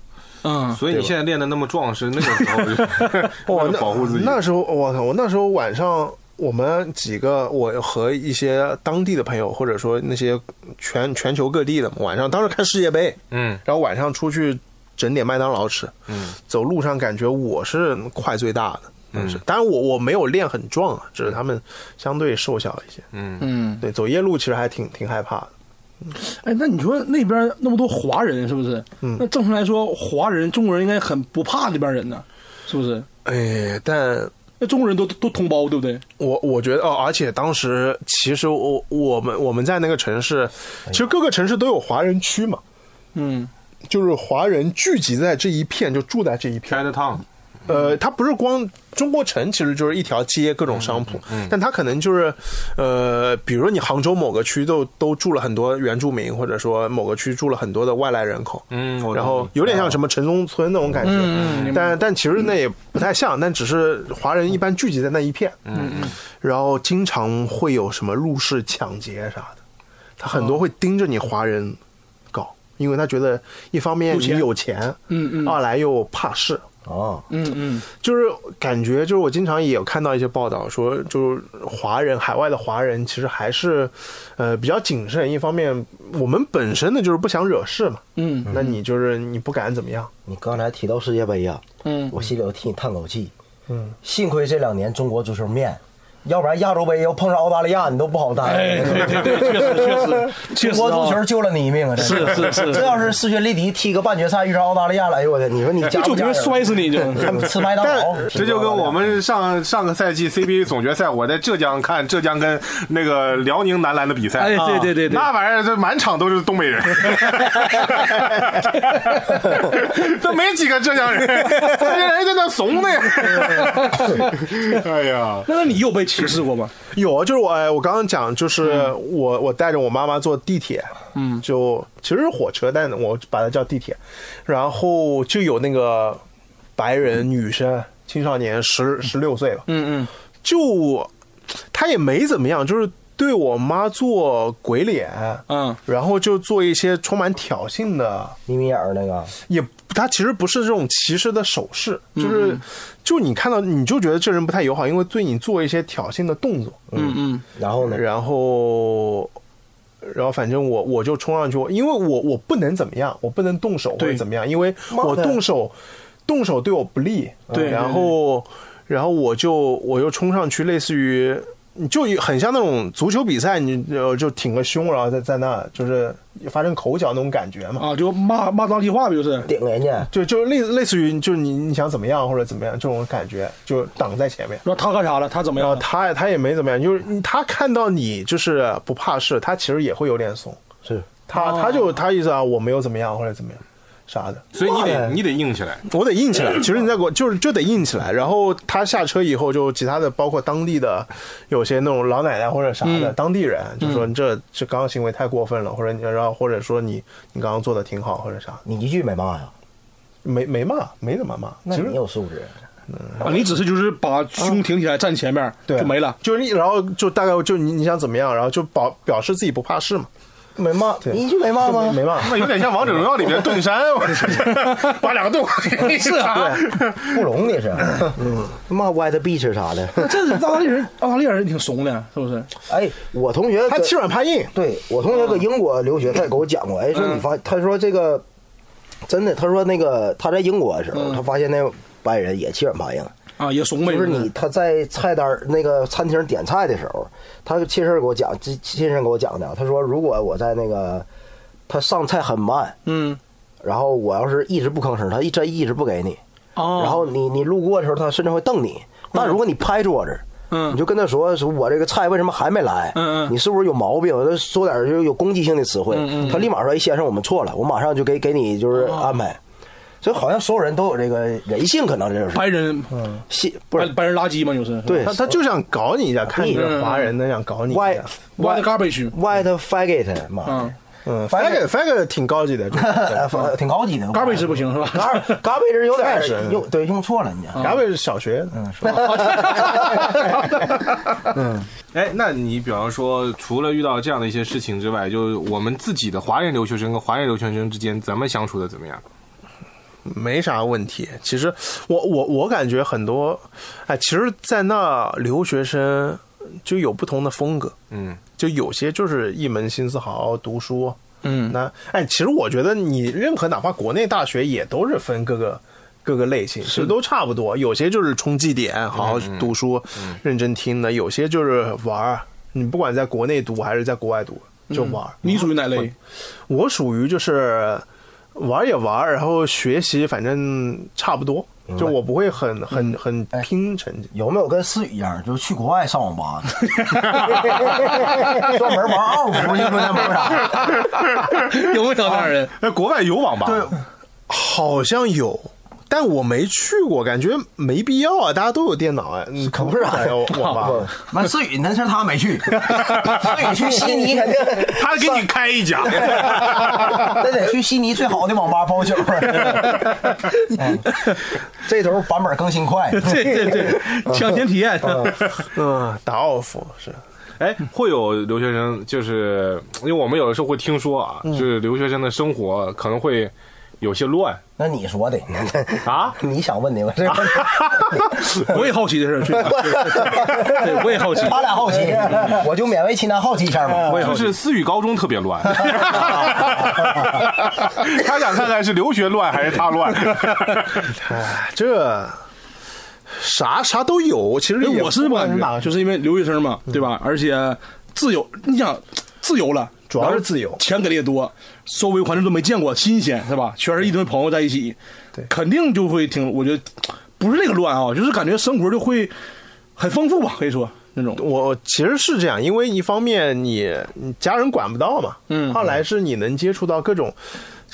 嗯，所以你现在练的那么壮实，那个时候 就为我了哦那保护自己，那时候我靠，我那时候晚上我们几个，我和一些当地的朋友，或者说那些全全球各地的嘛，晚上当时看世界杯，嗯，然后晚上出去整点麦当劳吃，嗯，走路上感觉我是快最大的，但是，当然我我没有练很壮啊，只是他们相对瘦小一些，嗯嗯，对，走夜路其实还挺挺害怕的，哎，那你说那边那么多华人是不是？那正常来说，华人中国人应该很不怕那边人呢，是不是？哎，但那中国人都都同胞，对不对？我我觉得哦，而且当时其实我我们我们在那个城市，其实各个城市都有华人区嘛，嗯，就是华人聚集在这一片，就住在这一片。开的烫，呃，它不是光中国城，其实就是一条街各种商铺，但它可能就是呃，比如说你杭州某个区都都住了很多原住民，或者说某个区住了很多的外来人口。嗯，我然后有点像什么城中村那种感觉，但但其实那也不太像，但只是华人一般聚集在那一片，嗯，然后经常会有什么入室抢劫啥的，他很多会盯着你华人搞，因为他觉得一方面有钱你有钱，嗯嗯二来又怕事，哦，嗯嗯，就是感觉就是我经常也有看到一些报道说，就是华人海外的华人其实还是，呃，比较谨慎。一方面，我们本身呢就是不想惹事嘛，嗯，那你就是你不敢怎么样，你刚才提到世界杯呀、嗯我心里头替你叹口气。嗯，幸亏这两年中国足球面要不然亚洲杯要碰上澳大利亚，你都不好待。哎，对对对， 确实确实确实中国足球啊，救了你一命啊！是是是这要是势均力敌，踢个半决赛遇上澳大利亚了，哎呦我天，你说你加就不别加人嗯摔死 你就。人？吃麦当但劳，这就跟我们上上个赛季 CBA 总决赛，我在浙江看浙江跟那个辽宁男篮的比赛，哎，对对对对，那玩意儿这满场都是东 北人，这没几个浙江人，浙江人在那怂 的呀。哎呀，那你有被歧视过吗？有，就是我，哎，我刚刚讲，就是我，我带着我妈妈坐地铁，嗯，就其实是火车，但我把它叫地铁，然后就有那个白人女生，青少年十十六岁吧，嗯嗯，就她也没怎么样，就是对我妈做鬼脸，嗯，然后就做一些充满挑衅的眯眯眼儿那个，也他其实不是这种歧视的手势，就是、就你看到你就觉得这人不太友好，因为对你做一些挑衅的动作，嗯，然后呢？然后。然后反正我我就冲上去，我因为我我不能怎么样，我不能动手或者对怎么样，因为妈我的动手动手对我不利。嗯对然后然后我就我又冲上去，类似于你就很像那种足球比赛，你呃就挺个胸，然后在在那就是发生口角那种感觉嘛。啊，就骂骂脏话话不就是？顶人家，就就类类似于就是你你想怎么样或者怎么样这种感觉，就挡在前面。然后他干啥了？他怎么然后样？他他也没怎么样，就是他看到你就是不怕事，他其实也会有点怂。是他哦他就他意思啊，我没有怎么样或者怎么样啥的，所以你得你得硬起来。我得硬起来。其实你在国就是就得硬起来。然后他下车以后，就其他的包括当地的有些那种老奶奶或者啥嗯的、当地人，就说你这这刚刚行为太过分了，或者你然后或者说你你刚刚做的挺好或者啥，你一句没骂呀？没没骂，没怎么骂。那其实你有素质，啊，你只是就是把胸挺起来站前面，对，啊就没了。就是你，然后就大概就你你想怎么样，然后就表表示自己不怕事嘛，没骂，对你一句没骂吗？没嘛。那有点像《王者荣耀》里面盾山，我说 把两个盾给是啊，不聋你是， 嗯，骂 white beach 啥的。 那这澳大利亚人，澳大利亚人挺怂的，是不是？ 哎，我同学他搁欺软怕硬，对我同学搁英国留学，他也给我讲过，哎，说你发，他说这个真的，他说那个他在英国的时候，他发现那白人也欺软怕硬，啊，也怂呗。就是你他在菜单儿那个餐厅点菜的时候，他亲身给我讲，亲亲身给我讲的，他说如果我在那个他上菜很慢，嗯，然后我要是一直不吭声，他一真一直不给你，哦，然后你你路过的时候，他甚至会瞪你。但如果你拍桌子，嗯你就跟他说说我这个菜为什么还没来？嗯嗯嗯你是不是有毛病？他说点就有攻击性的词汇，他立马说：“哎，先生，我们错了，我马上就给给你就是哦安排。所以好像所有人都有这个人性，可能这就是白人，性不白是白人垃圾嘛，就是。对他他就想搞你一下，看你是华人的想搞你一 white 下。 ，what white garbage？ white faggot 妈嗯，嗯，fag fag 挺高级的，就是的，反呃挺高级的 garbage 不行是吧 garbage garbage 有点是用对用错了你。嘎贝是小学的，哎，那你比方说，除了遇到这样的一些事情之外，就我们自己的华人留学生跟华人留学生之间，咱们相处的怎么样？没啥问题。其实我我我感觉很多，哎，其实，在那留学生就有不同的风格，嗯，就有些就是一门心思好好读书，嗯，那哎，其实我觉得你任何哪怕国内大学也都是分各个各个类型，其实都差不多。有些就是冲绩点，好好读书，嗯认真听的；有些就是玩儿。你不管在国内读还是在国外读，就玩儿。嗯你属于哪类？我属于就是玩儿也玩儿，然后学习反正差不多，就我不会很嗯很很哎拼成 绩。有没有跟思雨一样，就是去国外上网吧 的，专门玩奥服，你说那不啥？ 有没有这样人？那哎国外有网吧？对，好像有。但我没去过，感觉没必要啊！大家都有电脑啊，你可不是啊还 有网吧。那思雨那是他没去，思雨去悉尼肯 定，他给你开一家。那得去悉尼最好的网吧 包宿。嗯这头版本更新快，对对对，抢先体验。嗯，打奥服是。哎，会有留学生，就是因为我们有的时候会听说啊，就是留学生的生活可能会有些乱那你说 的，啊。你想问的我这， 我也好奇这 事儿，去哪儿 对，我也好奇。他俩好奇，我就勉为其难好奇一下嘛。嗯就是思雨高中特别 乱，他想看看是留学乱还是他乱。哎，这啥啥都有，其实因为哎也我是这么感不管哪觉，个就是因为留学生嘛，对吧？而且自由，你想自由了，主要是自由然后钱给的也多，周围环境都没见过，新鲜是吧？全是一堆朋友在一起，对肯定就会挺，我觉得不是那个乱啊，就是感觉生活就会很丰富吧，可以说那种。我其实是这样，因为一方面你你家人管不到嘛，嗯，二来是你能接触到各种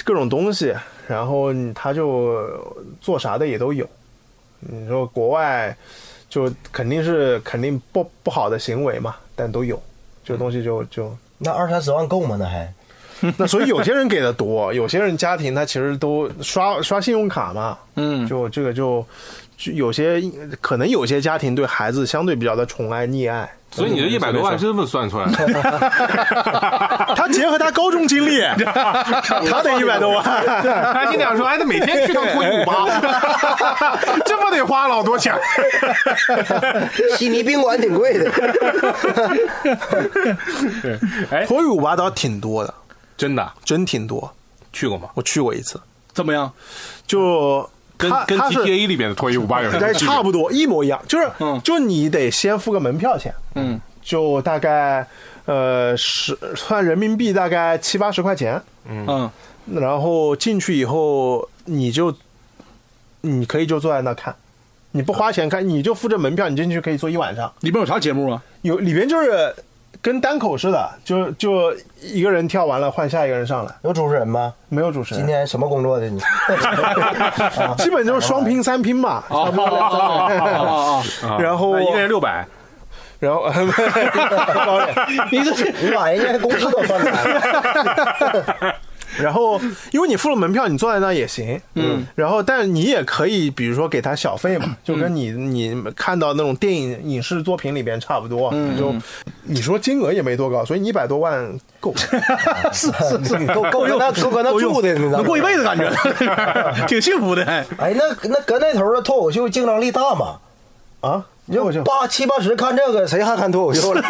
各种东西，然后你他就做啥的也都有。你说国外就肯定是肯定不不好的行为嘛，但都有，这个东西就就那二三十万够吗？那 还那所以有些人给的多，有些人家庭他其实都刷刷信用卡嘛，嗯就这个就就有些可能有些家庭对孩子相对比较的宠爱溺爱， 所以你这一百多万是这么算出来的？他结合他高中经历，他得一百多万。他心想说：“哎，他每天去趟脱衣舞吧，这不得花老多钱？悉尼宾馆挺贵的， 脱衣舞吧倒挺多的，真的真挺多。去过吗？我去过一次，怎么样？就跟他跟他是 GTA 里面的脱衣舞吧有什么但区是别差不多一模一样，就是嗯就你得先付个门票钱，嗯，就大概呃十算人民币大概七八十块钱，嗯，然后进去以后，你就你可以就坐在那看，你不花钱看，你就付这门票，你进去可以坐一晚上。里边有啥节目啊？有里边就是跟单口似的，就就一个人跳完了换下一个人上来，有主持人吗？没有主持今人，天什么工作的你？啊 基本就是双拼三拼嘛。哦哦哦哦啊 然后那一个人六百，然后高点，你这你把人家工资都算来了，然后因为你付了门票，你坐在那也行，嗯，然后但你也可以，比如说给他小费嘛，就跟你你看到那种电影影视作品里边差不多，嗯，就你说金额也没多高，所以你一百多万 够， 够够搁那够搁那住的，你知道能吗过一辈子感觉，挺幸福的。还哎，那那搁那头的脱口秀竞争力大吗？啊，你就脱口秀，八七八十看这个，谁还看脱口秀了？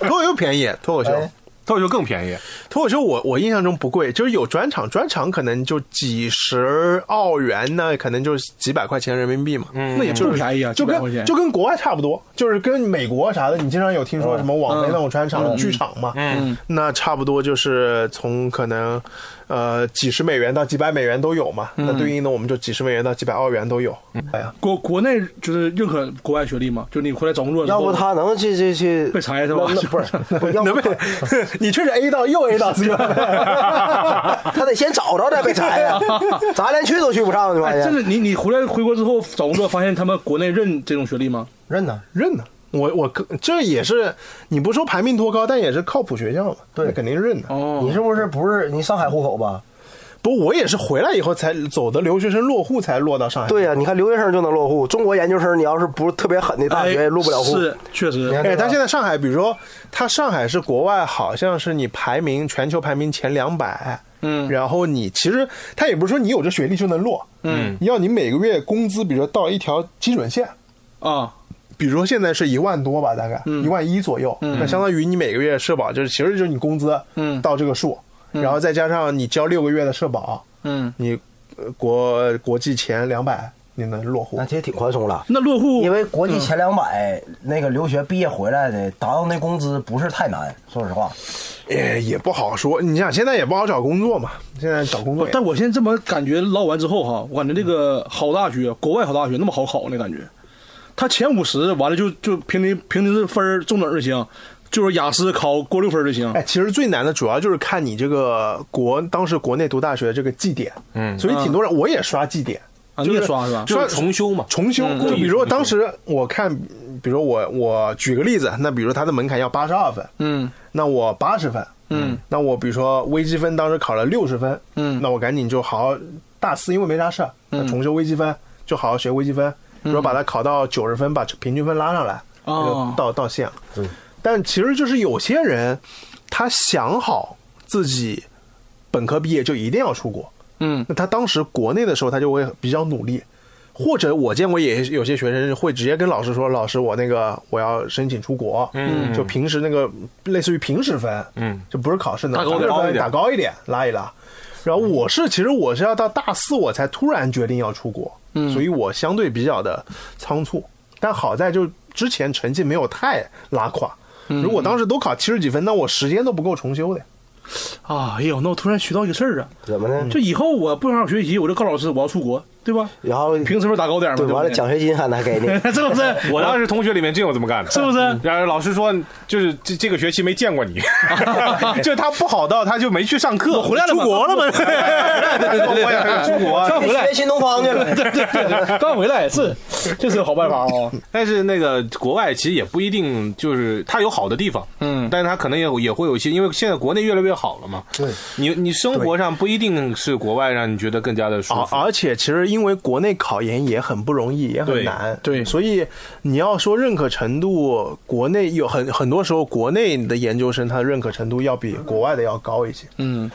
脱口秀便宜，脱口秀，哎脱口秀更便宜。脱口秀我我印象中不贵，就是有专场，专场可能就几十澳元呢，可能就是几百块钱人民币嘛，嗯。那也不便宜啊，就几百块跟钱就跟国外差不多，就是跟美国啥的，你经常有听说什么网飞那种专场剧场嘛，嗯，那差不多就是从可能呃几十美元到几百美元都有嘛，那对应的我们就几十美元到几百澳元都有。哎呀，国国内就是认可国外学历嘛，就你回来找工作之 要后，不他能去去去被裁是吧那那不是，不是要能不不能 你确实 A 到又 A 到 C 了？他得先找着再被裁呀，咱连去都去不上，你发哎，真现的，你你回来回国之后找工作，发现他们国内认这种学历吗？认呐。认的，我我个这也是你不说排名多高，但也是靠谱学校嘛，对那肯定是认的。哦你是不是不是你上海户口吧？不，我也是回来以后才走的留学生落户，才落到上 海。对呀、啊你看留学生就能落户，中国研究生你要是不是特别狠的大学入不了户。哎是确实你，看哎，对吧他现在上海，比如说，他上海是国外好像是你排名全球排名前两百，嗯，然后你其实他也不是说你有这学历就能落，嗯，要你每个月工资，比如说到一条基准线，啊，比如说现在是一万多吧，大概一万一左右，那相当于你每个月社保就是其实就是你工资，嗯到这个数，然后再加上你交六个月的社保，嗯，你呃国国际前两百你能落户那，其实挺宽松了，那落户因为国际前两百、那个留学毕业回来的，达到那工资不是太难，说实话。哎，也不好说，你想现在也不好找工作嘛，现在找工作也哦但我现在这么感觉捞完之后哈，我感觉这个好大学，国外好大学那么好考那感觉，他前五十完了就就平均平均是分儿重点儿就行，就是雅思考过六分儿就行哎，。其实最难的主要就是看你这个国当时国内读大学这个绩点，嗯，所以挺多人我也刷绩点，啊就你也刷是吧就是重修嘛重嗯修。就比如说当时我看，比如说我我举个例子，那比如说它的门槛要八十二分，嗯，那我八十分，嗯，那我比如说微积分当时考了六十分，嗯，那我赶紧就好好大四，因为没啥事儿，那重修微积分，就好好学微积分，然后把它考到九十分，把平均分拉上来，哦那就到到线了。但其实就是有些人，他想好自己本科毕业就一定要出国，嗯，那他当时国内的时候，他就会比较努力。或者我见过也有些学生会直接跟老师说：“老师，我那个我要申请出国。”嗯，就平时那个类似于平时分，嗯，就不是考试的打高咱这点分打高一点，拉一拉。然后我是其实我是要到大四我才突然决定要出国，嗯所以我相对比较的仓促，但好在就之前成绩没有太拉垮。嗯如果当时都考七十几分，那我时间都不够重修的。啊，哎呦，那我突然学到一个事儿啊，怎么呢？就以后我不想学习，我就告老师我要出国，对吧？然后平时分打高点嘛，对，对不完了对 奖学金还能给你，是不 是？我当时同学里面真有这么干的，是不是？然后老师说，就是这这个学期没见过你，就他不好到他就没去上课，我回来了出嘛国 了吗？我想出国啊。刚回来学新东方去了。对对对，刚回来是，这是个好办法 哦。但是那个国外其实也不一定，就是它有好的地方，嗯但是它可能也有也会有一些，因为现在国内越来越好了嘛。对，你你生活上不一定是国外让你觉得更加的舒而服。啊啊而且其实因为国内考研也很不容易，也很对难，对所以你要说认可程度，国内有很很多时候国内的研究生他的认可程度要比国外的要高一些。嗯，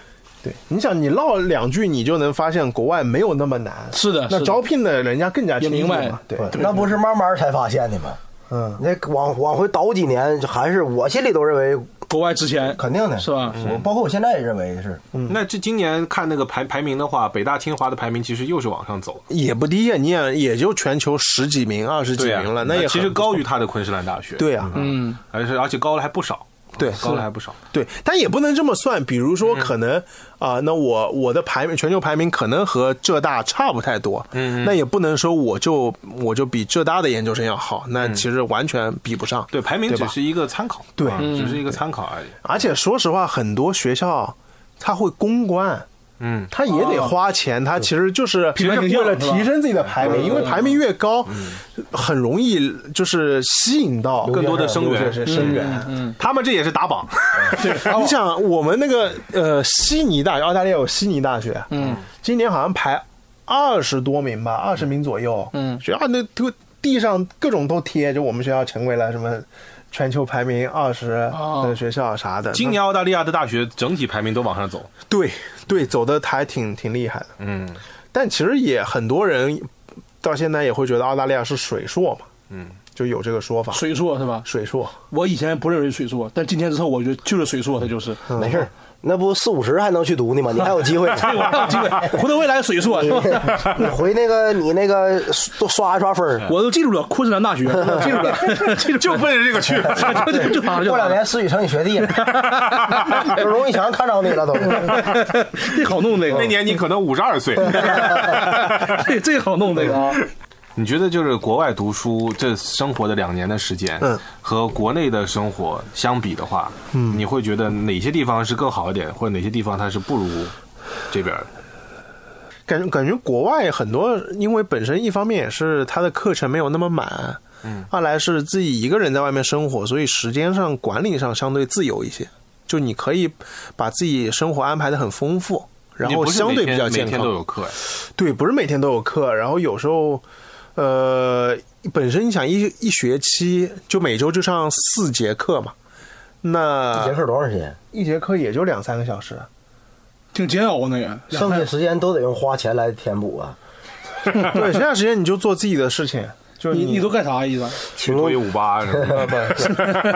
对，你想你唠两句，你就能发现国外没有那么难。是的是那的招聘的人家更加也明白清楚嘛对，那不是慢慢才发现的吗？嗯，那往往回倒几年，还是我心里都认为国外之前肯定的，是吧？嗯我包括我现在也认为是，嗯那这今年看那个排排名的话，北大清华的排名其实又是往上走了，也不低呀，你也也就全球十几名、二十几对名了，啊，也其很实不高错于它的昆士兰大学，对啊，嗯，而且而且高了还不少，对高了还不少。对，但也不能这么算。比如说，可能啊、那我我的排名全球排名可能和浙大差不太多，嗯，那也不能说我就我就比浙大的研究生要好，那其实完全比不上。对，排名对只吧是一个参考，对嗯啊只是一个参考而已。而且说实话，很多学校它会公关，嗯，他也得花钱，他其实就是品牌形象为了提升自己的排名，因为排名越高，很容易就是吸引到更多的生源嗯留学生生源。他们这也是打榜，你想，我们那个呃悉尼大学，澳大利亚有悉尼大学，嗯，今年好像排二十多名吧，二十名左右，嗯学校那都地上各种都贴，就我们学校成为了什么全球排名二十哦的学校啥的。今年澳大利亚的大学整体排名都往上走。对对，走的还挺挺厉害的。嗯，但其实也很多人到现在也会觉得澳大利亚是水硕嘛，嗯，就有这个说法，水硕是吧？水硕。我以前不认为水硕，但今天之后，我觉得就是水硕，它就是。没事儿，那不四五十还能去读呢吗？你还有机会。 对，我还有机会，回头未来水硕是吧？你回那个你那个都刷一刷分儿。我都记住了，昆士兰大学，我记住了，记住了就奔着这个去。 就就就就过两年思雨成你学 弟了，荣玉强看着你了都。这好弄这个，那年你可能五十二 岁。 这这好弄这个啊，你觉得就是国外读书这生活的两年的时间，嗯和国内的生活相比的话，嗯，你会觉得哪些地方是更好一点，或者哪些地方它是不如这边儿的？感觉感觉国外很多，因为本身一方面也是他的课程没有那么满，嗯，二来是自己一个人在外面生活，所以时间上管理上相对自由一些，就你可以把自己生活安排的很丰富，然你后不是相对比较每天健每康天。都有课呀，对，不是每天都有课，然后有时候，呃，本身你想一一学期就每周就上四节课嘛，那一节课多长时间？一节课也就两三个小 时，挺煎熬那个。剩下的时间都得用花钱来填补啊。对，剩下时间你就做自己的事情，就是你你你都干啥意思？啊去多一五八啊什么的。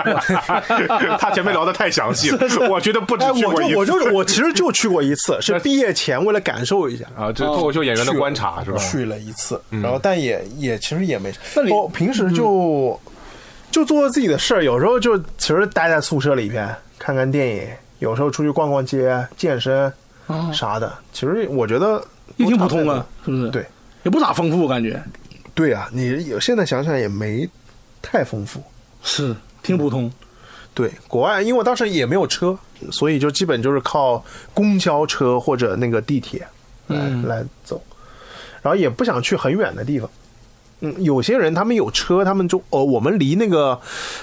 他前面聊的太详 细了，我觉得不止哎，我去过一就次。我就我其实就去过一次，是毕业前为了感受一下。啊，这是脱口秀演员的观察是吧？嗯去了一次，然后但也也其实也没啥。那你嗯哦平时就、就做自己的事儿，有时候就其实待在宿舍里边看看电影，有时候出去逛逛街、健身、啥的。其实我觉得也挺都普差不通多啊，，哦是不是？对，也不咋丰富，我感觉对啊，你有现在想想也没太丰富。是挺普通。对，国外因为我当时也没有车，所以就基本就是靠公交车或者那个地铁来、来走，然后也不想去很远的地方。嗯，有些人他们有车，他们就呃，我们离那个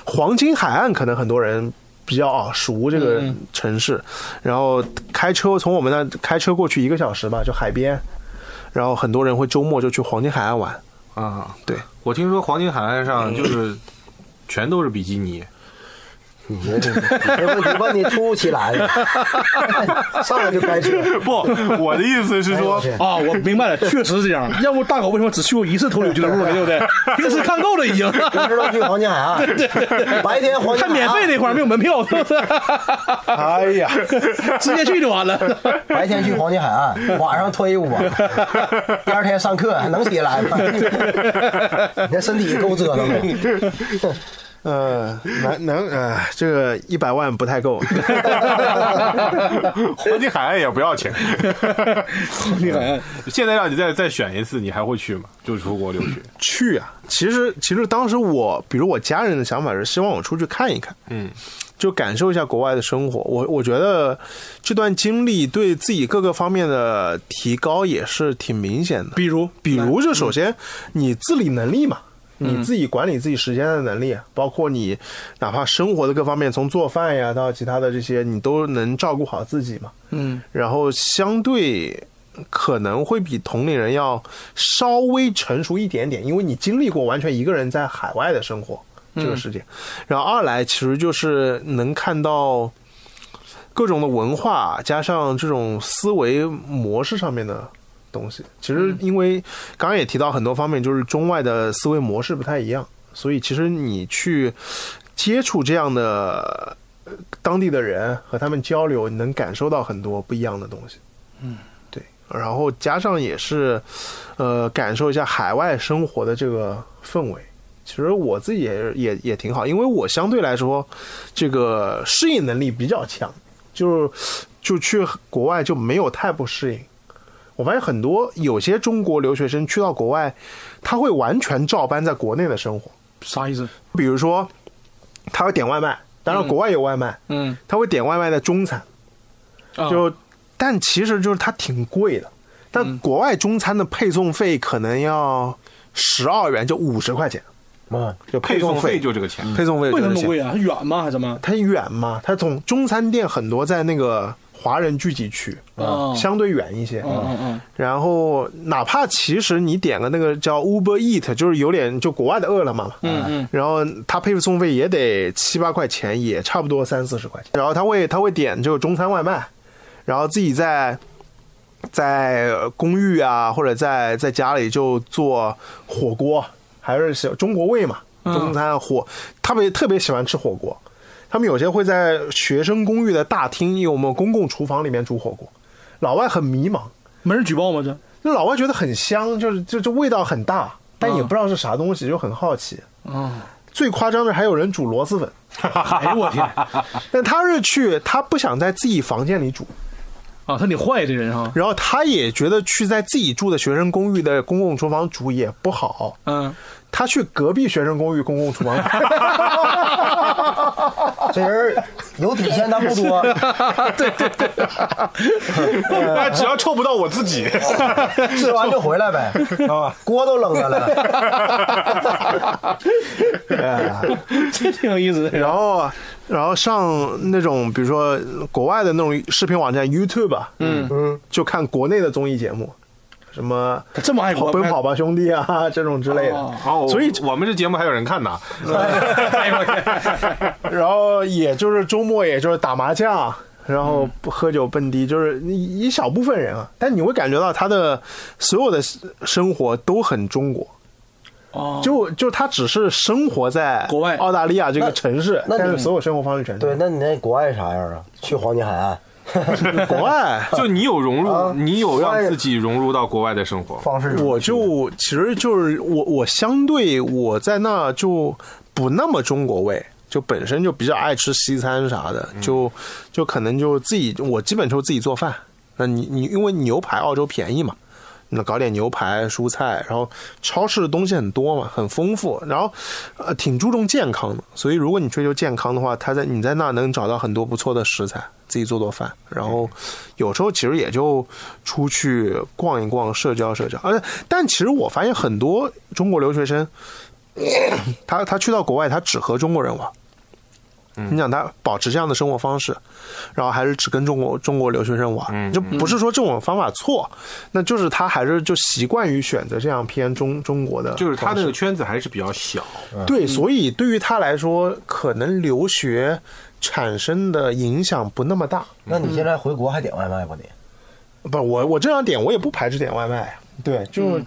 黄金海岸可能很多人比较耳熟这个城市，然后开车从我们那开车过去一个小时吧，就海边，然后很多人会周末就去黄金海岸玩。啊，对，嗯我听说黄金海岸上就是全都是比基尼， 你这这问题问的突如其来的， 上来就开车， 不，我的意思是哎呦说，我去啊，我明白了，确实是这样。要不大狗为什么只去过一次头领俱乐部呢？对不对？平时看够了已经。不知道去黄金海 岸，啊白天黄金啊看海免岸费那块儿没有门票，是不是？哎呀， 直接去就完了。白天去黄金海岸，晚上脱衣舞，第二天上课还能起来 吗？你这身体够折腾的。呃，能能呃，这个一百万不太够。 黄金海岸也不要钱。 厉啊害！现在让你再再选一次，你还会去吗？就出国留 学，去啊！其实其实当时我，比如我家人的想法是希望我出去看一看，嗯，就感受一下国外的生活。我我觉得这段经历对自己各个方面的提高也是挺明显的。比如，比如就首先你自理能力嘛，嗯你自己管理自己时间的能力，啊包括你哪怕生活的各方面，从做饭呀到其他的这些，你都能照顾好自己嘛。嗯，然后相对可能会比同龄人要稍微成熟一点点，因为你经历过完全一个人在海外的生活这个事情。然后二来其实就是能看到各种的文化，加上这种思维模式上面的。东西其实，因为刚刚也提到很多方面，就是中外的思维模式不太一样，所以其实你去接触这样的当地的人和他们交流，你能感受到很多不一样的东西。嗯，对。然后加上也是，呃，感受一下海外生活的这个氛围。其实我自己也也也挺好，因为我相对来说，这个适应能力比较强，就是就去国外就没有太不适应。我发现很多有些中国留学生去到国外，他会完全照搬在国内的生活，啥意思？比如说他会点外卖，当然国外有外卖，嗯，他会点外卖的中餐，啊就、但其实就是它挺贵的，嗯但国外中餐的配送费可能要十澳元，就五十块钱，妈，就配送送费就这个钱。配送费嗯为什就么是钱贵啊？远吗？还是怎么？它远嘛，它从中餐店很多在那个华人聚集区，啊，相对远一些。嗯嗯嗯，然后哪怕其实你点个那个叫 Uber Eat，就是有点就国外的饿了么嘛，嗯嗯，然后它配送费也得七八块钱，也差不多三四十块钱。然后他会他会点这个中餐外卖，然后自己在在公寓啊或者在在家里就做火锅，还是小中国味嘛，中餐火，他们也特别喜欢吃火锅。他们有些会在学生公寓的大厅，有我们公共厨房里面煮火锅，老外很迷茫，没人举报吗？这那老外觉得很香，就是就就味道很大，但嗯也不知道是啥东西，就很好奇。啊，最夸张的还有人煮螺蛳粉，哎呦我天！啊， 但他是去，他不想在自己房间里煮，啊他挺坏这人哈。然后他也觉得去在自己住的学生公寓的公共厨房煮也不好，嗯，他去隔壁学生公寓公共厨房 煮。 这人有底线但不多，呃那 只要臭不到我自 己，吃完就回来呗，啊，锅都扔下来了。 这挺有意思的。然后，然后上那种比如说国外的那种视频网站 YouTube，啊嗯，嗯，就看国内的综艺节目，什么他这么爱跑国，奔跑吧兄弟啊这种之类的。哦哦所以我们这节目还有人看 呢。哎呦我天！然后也就是周末，也就是打麻将，然后嗯不喝酒蹦迪，就是一一小部分人啊。但你会感觉到他的所有的生活都很中国，哦，就就他只是生活在国外澳大利亚这个城市，那那但你是所有生活方式全对，那你那国外啥样啊？去黄金海岸 国外。就你有融入，啊你有让自己融入到国外的生活。方式是我就其实就是我我相对我在那就不那么中国味，就本身就比较爱吃西餐啥的，就就可能就自己我基本就自己做饭。那你你因为牛排澳洲便宜嘛，那搞点牛排、蔬菜，然后超市的东西很多嘛，很丰富，然后呃挺注重健康的，所以如果你追求健康的话，他在你在那能找到很多不错的食材，自己做做饭，然后有时候其实也就出去逛一逛，社交社交。而但其实我发现很多中国留学生，他他去到国外，他只和中国人玩。嗯你想他保持这样的生活方式，然后还是只跟中国中国留学生嗯玩，嗯就不是说这种方法错，那就是他还是就习惯于选择这样偏中中国的方式，就是他那个圈子还是比较小，对，所以对于他来说，可能留学产生的影响不那么大。那你现在回国还点外卖不？你不，我我这样点我也不排斥点外卖，啊对，就、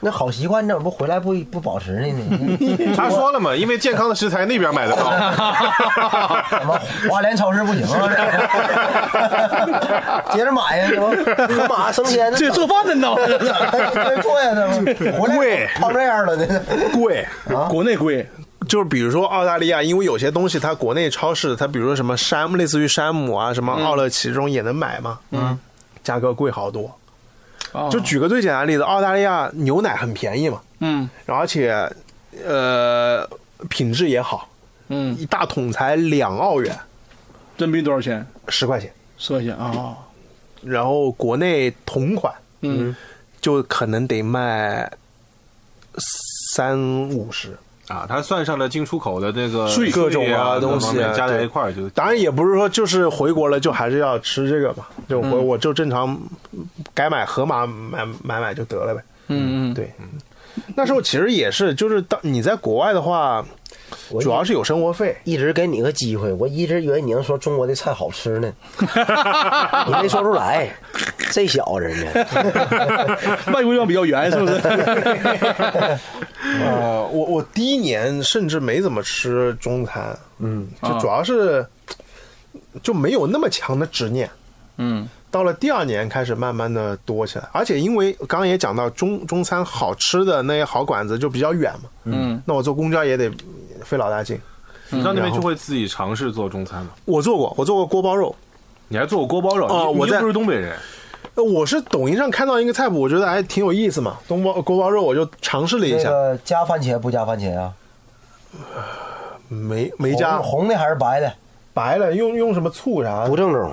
那好习惯，你怎么不回来不不保持呢？你嗯他说了嘛，因为健康的食材那边买 得到。怎么花莲超市不行啊？这 接着买呀，这不河马生鲜这做饭的呢，做呀，这不回贵来泡这样了，这贵，国内贵，就是比如说澳大利亚，因为有些东西它国内超市，它比如说什么山，类似于山姆啊，什么奥乐奇这种也能买嘛，嗯，价格贵好多。啊哦就举个最简单的例子，澳大利亚牛奶很便宜嘛，嗯然后而且呃品质也好，嗯，一大桶才两澳元，真币多少钱？十块钱。十块钱啊，然后国内同款嗯，就可能得卖三五十。啊，他算上了进出口的那个税各种啊啊东各西啊方面加在对一块儿就当然也不是说就是回国了就还是要吃这个嘛，就我、嗯我就正常该买盒马买买买就得了呗。嗯嗯，对，那时候其实也是，就是当你在国外的话，主要是有生活费。一直给你个机会，我一直以为你能说中国的菜好吃呢，你没说出来，这小子呢？ 外国地方比较严，是 不是？嗯呃，我我第一年甚至没怎么吃中餐，嗯，啊就主要是就没有那么强的执念。嗯到了第二年开始慢慢的多起来，而且因为刚刚也讲到中中餐好吃的那些好馆子就比较远嘛，嗯，那我坐公交也得费老大劲。你到那嗯边就会自己尝试做中餐嘛？我做过，我做过锅包肉。你还做过锅包肉？哦你我你又在不是东北人，呃我是抖音上看到一个菜谱，我觉得还挺有意思嘛，东包锅包肉我就尝试了一这下，个加番茄不加番茄啊？没没加红红的还是白的？白了，用用什么醋啥不正宗，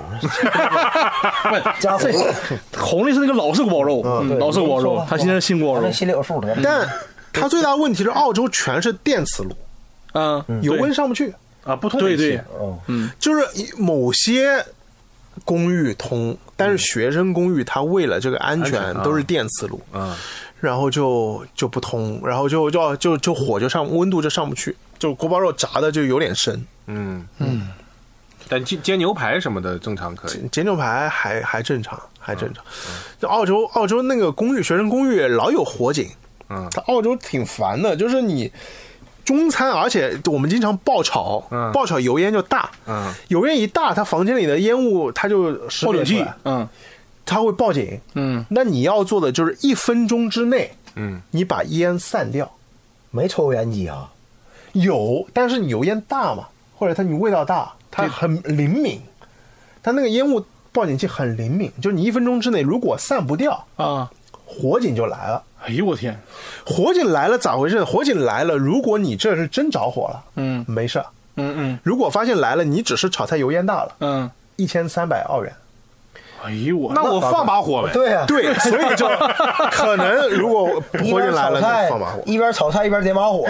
加红的。红的是那个老式锅包肉，嗯老式锅包肉，他现在是新锅包咱肉们，心里有数得了。但它最大问题是澳洲全是电磁炉，嗯，油温上不去，啊，不通对煤气对，哦就是某些公寓通，但嗯是学生公寓它为了这个安安全全都是电磁炉，嗯啊，然后就就不通，然后就就就就火就上温度就上不去，就锅包肉炸的就有点深。嗯嗯。但煎煎牛排什么的正常可以，煎牛排还还正常，还正常。嗯就澳洲澳洲那个公寓学生公寓老有火警，嗯它澳洲挺烦的，就是你中餐，而且我们经常爆炒，嗯爆炒油烟就大，嗯油烟一大，它房间里的烟雾它就报爆警器，嗯它会报警。嗯，那你要做的就是一分钟之内，嗯，你把烟散掉。没抽烟机啊？有，但是你油烟大嘛，或者它你味道大，它很灵敏，它那个烟雾报警器很灵敏，就是你一分钟之内如果散不掉，啊，火警就来了。哎呦我天，火警来了咋回事？火警来了，如果你这是真着火了，嗯没事儿；嗯嗯如果发现来了，你只是炒菜油烟大了，嗯，一千三百澳 元。哎呦我，那我放把火呗。对呀，对，所以就可能如果一火边警来炒了，菜那放把火，一边炒菜一边点把火。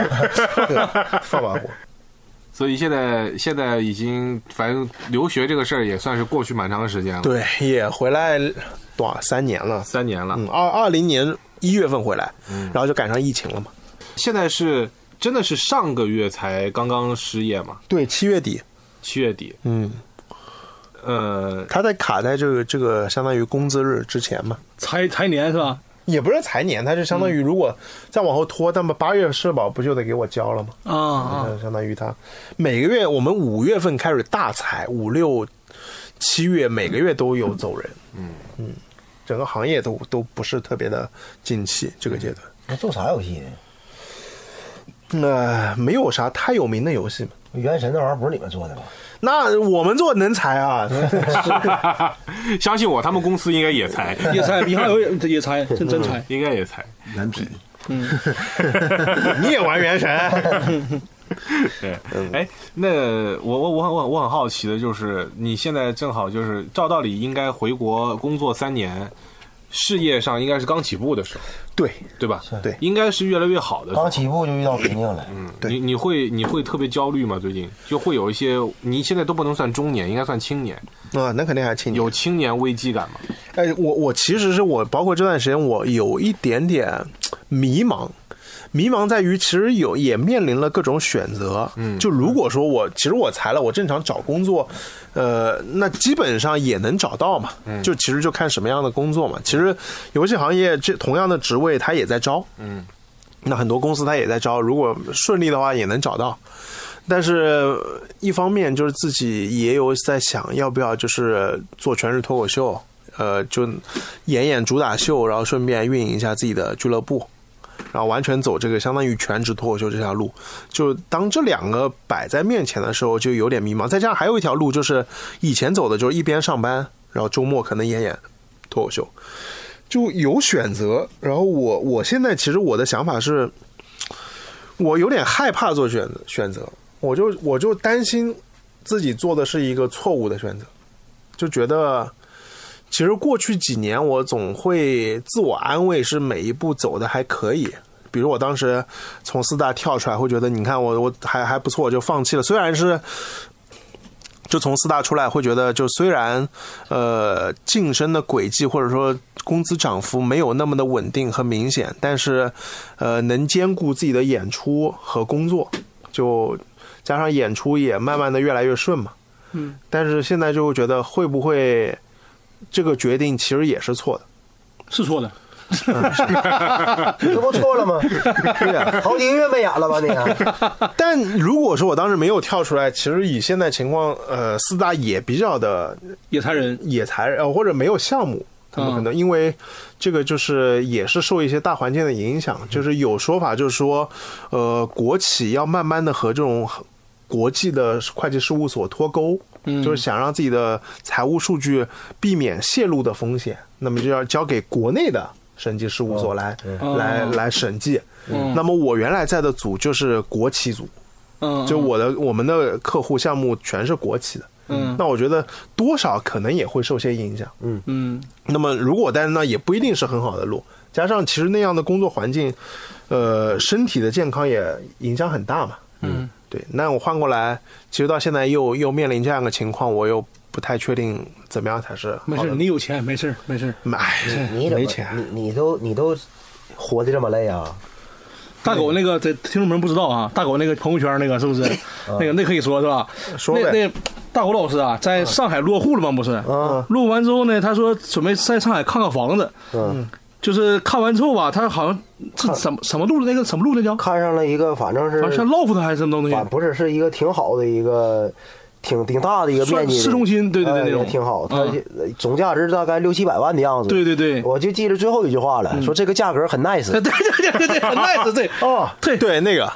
对放把 火。所以现在现在已经，反正留学这个事儿也算是过去蛮长时间了，， 对，也回来多少三年了，三年了。嗯，二二零年一月份回来，然后就赶上疫情了嘛。现在是真的是上个月才刚刚失业嘛，对，七月底，七月底，嗯， 呃，他在卡在这个这个相当于工资日之前嘛，嗯财财年是吧？也不是财年，他就相当于如果再往后拖，那么八月社保不就得给我交了吗？啊啊，那相当于他每个月，我们五月份开始大裁，五六七月每个月都有走人，嗯嗯，整个行业都都不是特别的景气这个阶段。你做啥游戏呢？嗯那没有啥太有名的游戏嘛。原神那玩意儿不是你们做的吧？那我们做能裁 啊，相信我，他们公司应该 也裁，也猜，米哈游也也 猜，真真猜，应该也裁。难皮。 你也玩原神？对，嗯哎，那我我我很我很我很好奇的就是，你现在正好就是照道理应该回国工作三年，事业上应该是刚起步的时候， 对，对吧？对应该是越来越好的时候啊刚。起步就遇到瓶颈了，你你会你会特别焦虑吗？最近就会有一些，你现在都不能算中年，应该算青年，啊，那肯定还亲有青年危机感吗？哎，我我其实是我，包括这段时间，我有一点点迷茫。迷茫在于，其实有也面临了各种选择。嗯，就如果说我其实我裁了，我正常找工作，呃，那基本上也能找到嘛。嗯，就其实就看什么样的工作嘛。其实游戏行业这同样的职位，它也在招。嗯，那很多公司它也在招，如果顺利的话，也能找到。但是呃一方面就是自己也有在想要不要就是做全日脱口秀，呃，就演演主打秀，然后顺便运营一下自己的俱乐部，然后完全走这个相当于全职脱口秀这条路。就当这两个摆在面前的时候，就有点迷茫。再加上还有一条路，就是以前走的就是一边上班，然后周末可能演演脱口秀，就有选择。然后我我现在其实我的想法是，我有点害怕做选择选择，我就我就担心自己做的是一个错误的选择，就觉得其实过去几年我总会自我安慰是每一步走的还可以。比如我当时从四大跳出来，会觉得你看我我还还不错，就放弃了。虽然是就从四大出来，会觉得就虽然呃晋升的轨迹或者说工资涨幅没有那么的稳定和明显，但是呃能兼顾自己的演出和工作，就加上演出也慢慢的越来越顺嘛。嗯，但是现在就会觉得会不会这个决定其实也是错的？是错的。 这不错了吗？啊对呀、好几个月没演了吧你？啊 但如果说我当时没有跳出来，其实以现在情况，呃，四大也比较的野才人，也才呃或者没有项目，他们可能因为这个就是也是受一些大环境的影响，就是有说法就是说，呃，国企要慢慢的和这种国际的会计事务所脱钩，就是想让自己的财务数据避免泄露的风险，那么就要交给国内的审计事务所来、来来审计。那么我原来在的组就是国企组，嗯，就我的我们的客户项目全是国企的，嗯那我觉得多少可能也会受些影响。嗯那么如果但是呢，也不一定是很好的路，加上其实那样的工作环境，呃，身体的健康也影响很大嘛。嗯，对。那我换过来，其实到现在又又面临这样的情况，我又不太确定怎么样才是没好事，的。你有钱，没事，没事。哎，你怎么没钱，你你都你都活得这么累啊？大狗那个，这听众们不知道啊，大狗那个朋友圈那个是不是？那个那可以说是吧？嗯说那呗。嗯那大狗老师啊，在上海落户了吗？不是，啊，落户完之后呢，他说准备在上海看看房子，嗯，就是看完之后吧，他好像嗯这什么什么路的那个什么路那叫，看上了一个，反正反正像是 loft 还是什么东西，反不是是一个挺好的一个，挺挺大的一个面算积的，市中心，对对哎对，那也种挺好。它嗯总价值大概六七百万的样子。对对对，嗯我就记着最后一句话了，说这个价格很 nice 对 对对对对，很 nice，对，哦，对，对那个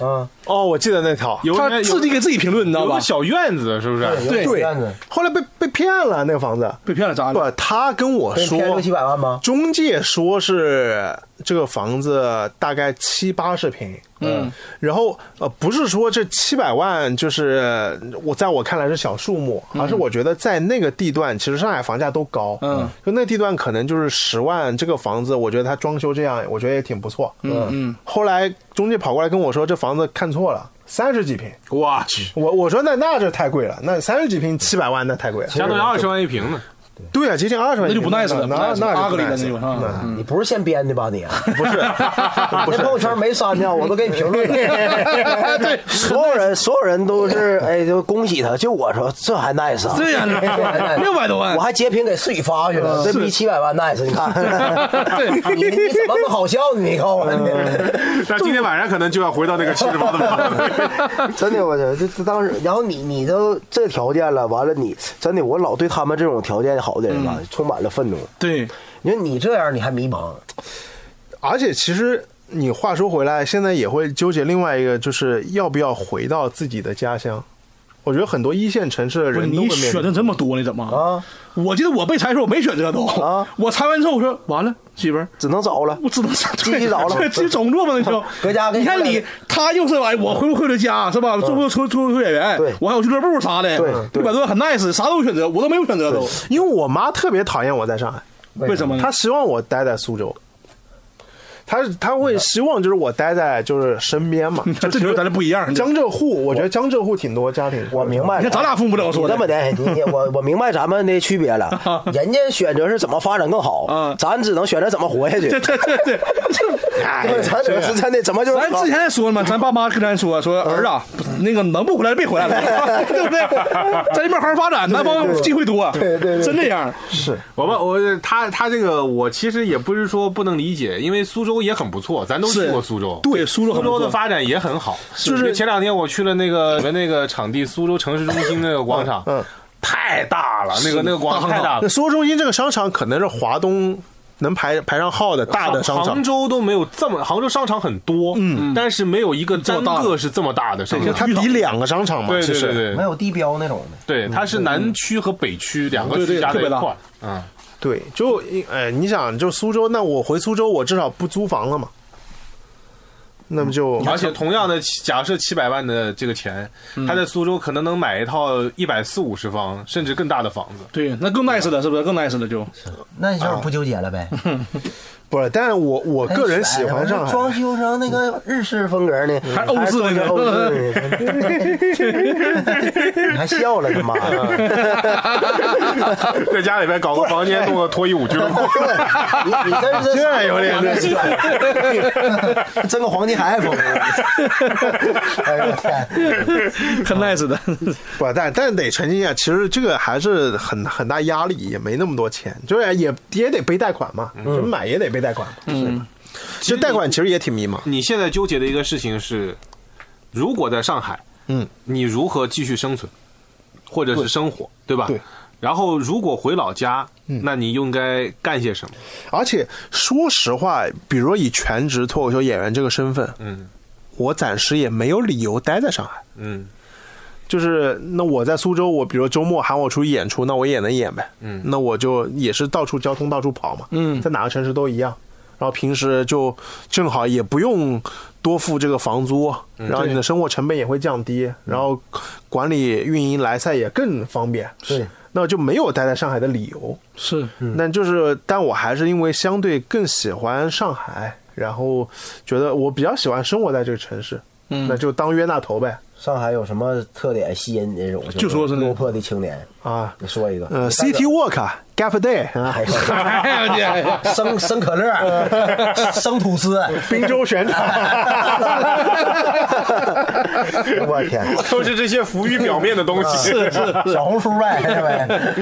啊，哦，我记得那条，有他自己给自己评论，你知道有吧个？小院子，是不是？有对有院子，后来被被骗了那个房子。被骗了咋的？不，他跟我跟说偏六七百万吗？中介说是这个房子大概七八十平，嗯，然后呃，不是说这七百万就是我在我看来是小数目，而是我觉得在那个地段，其实上海房价都高，嗯，就那地段可能就是十万，这个房子我觉得它装修这样，我觉得也挺不错，嗯嗯。后来中介跑过来跟我说，这房子看错了，三十几平，我去，我我说那那这太贵了，那三十几平七百万那太贵了，家都要二十万一平 呢。对啊，接近二十万那一就平，不 nice 了，那那阿就格不里的 nice 那种了啊，你不是现编的吧你？啊不 是，那不是朋友圈没删呢，我都给你评论了。对，所有人所有人都是哎，就恭喜他，就我说这还 nice 啊，对呀， 六百多万我，还截屏给自己发去了，这比七百万 nice，你看，对 你你怎么那么好笑呢？你告诉我，那今天晚上可能就要回到那个七十八的 房子。真的，我这这当时，然后你你都这条件了，完了你真的，我老对他们这种条件好的人吧，啊充满了愤怒。对，嗯你说你这样你还迷茫，而且其实你话说回来，现在也会纠结另外一个，就是要不要回到自己的家乡。我觉得很多一线城市不的是人都你会面选临择这么多，你怎么啊？我记得我被裁的时候我没选这都啊，我裁完之后我说完了，媳妇儿。只能找了。我只能自己找了对自己总做嘛，那就搁家跟你看你，他又是哎，我回不回得家是吧？做不做脱脱口秀演员嗯对？我还有俱乐部啥的，对一对百多万很 nice，啥都有选择，我都没有选择都。因为我妈特别讨厌我在上海，为什么呢？他希望我待在苏州。他他会希望就是我待在就是身边嘛， 这就就是咱俩不一样。啊你江浙沪，我觉得江浙沪挺多家庭。我明白了。看咱俩父母怎么你说的这么？的，你你我我明白咱们的区别 了。人家选择是怎么发展更好啊，咱只能选择怎么活下去。对对 对，哎咱只是真的怎么就是咱之前也说了嘛，咱爸妈跟咱说说嗯儿子啊，那个能不回来就别回 来了，对不对？在这边好好发展，南方机会多，对对对真这样。我们我他他这个我其实也不是说不能理解，因为苏州也很不错，咱都去是过苏州，对苏州苏很不州错的发展也很好。就是前两天我去了那个你们那个场地，苏州城市中心那个广场，嗯嗯太大了，那个那个广场太大了那。苏州中心这个商场可能是华东能排排上号的 大的商杭场。州都没有这么，杭州商场很多，嗯，但是没有一个单个是这么大的商就场。它抵两个商场嘛，对其对实对对没对有地标那种的，对，它是南区和北区两个对对区加在特一别大块儿，嗯，对，就哎，你想，就苏州，那我回苏州，我至少不租房了嘛。那么就而且同样的，假设七百万的这个钱，他在苏州可能能买一套一百四五十方甚至更大的房子。对，那更 nice 了，是不是？更 nice 了就。那就是不纠结了呗。哎不是，但我我啊个人喜欢上海，装修成那个日式风格呢，还欧式那个还欧式 呢，你还笑了，他妈啊的！ 在家里边搞个房间，弄个脱衣舞俱乐部。你你这是这有点这 真个皇帝海爱 风。哎呦我天！很 nice 的， 不，但但得澄清一下，其实这个还是很很大压力，也没那么多钱，就是也也得背贷款嘛，就买也得背贷款，嗯，其实贷款其实也挺迷茫，你现在纠结的一个事情是，如果在上海，嗯，你如何继续生存，或者是生活，对吧？对。然后如果回老家，那你应该干些什么？而且说实话，比如以全职脱口秀演员这个身份，嗯我暂时也没有理由待在上海。嗯就是那我在苏州，我比如周末喊我出去演出，那我也能演呗。嗯那我就也是到处交通到处跑嘛。嗯在哪个城市都一样。然后平时就正好也不用多付这个房租，哦然后你的生活成本也会降低，然后管理运营来塞也更方便。对，那就没有待在上海的理由。是那就是，但我还是因为相对更喜欢上海，然后觉得我比较喜欢生活在这个城市，嗯那就当冤大头呗上海有什么特点吸引你这种就说是那个落魄的青年？啊。你说一个。呃，City Walk 啊 Gap Day 啊，哎生生可乐，生吐司，滨州选 场。 我天！ 都是这些浮于表面的东西。啊小红书呗，是呗？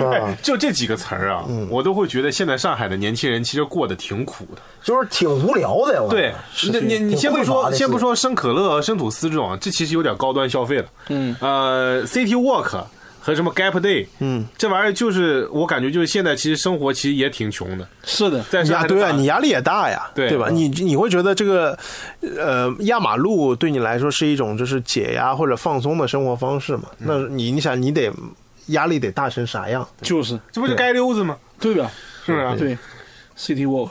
嗯，就这几个词儿啊，我都会觉得现在上海的年轻人其实过得挺苦的。就是挺无聊的。我对，你你你挺先不匮乏说的先不是说生可乐、啊生吐司这种，这其实有点高端消费了。嗯，呃，City Walk 和什么 Gap Day，嗯，这玩意儿就是我感觉就是现在其实生活其实也挺穷的，是的，在上呀，海对啊，大你压力也大呀，对嗯吧？你你会觉得这个，呃，压马路对你来说是一种就是解压或者放松的生活方式嘛？嗯那你你想，你得压力得大成啥样？就是这不就街溜子吗？对吧？是不是啊？对，City Walk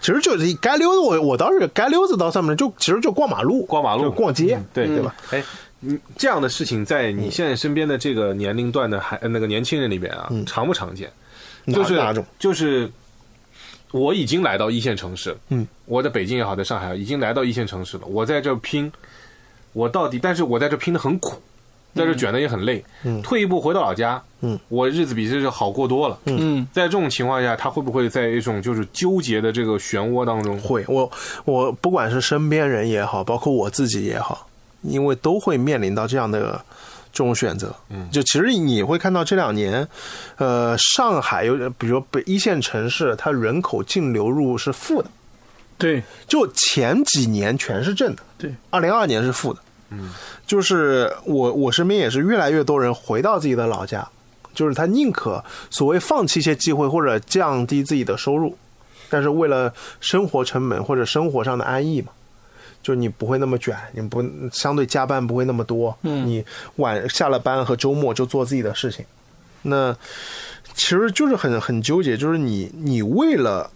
其实就是该溜达，我我倒是该溜达到上面就其实就逛马路，逛马路就逛街，对对吧？？哎，你这样的事情在嗯你现在身边的这个年龄段的还那个年轻人里边啊，常不常见？嗯哪就是哪种？就是我已经来到一线城市，嗯，我在北京也好，在上海也好已经来到一线城市了。我在这拼，我到底，但是我在这拼的很苦，在这卷的也很累。嗯，退一步回到老家，嗯，我日子比这好过多了。嗯，在这种情况下，他会不会在一种就是纠结的这个漩涡当中？会，我我不管是身边人也好，包括我自己也好，因为都会面临到这样的这种选择。嗯，就其实你会看到这两年，呃，上海有比如北一线城市，它人口净流入是负的，对，就前几年全是正的，对，二零二二年是负的。嗯，就是我我身边也是越来越多人回到自己的老家，就是他宁可所谓放弃一些机会或者降低自己的收入，但是为了生活成本或者生活上的安逸嘛。就你不会那么卷，你不相对加班不会那么多，嗯、你晚下了班和周末就做自己的事情，那其实就是很很纠结，就是你你为了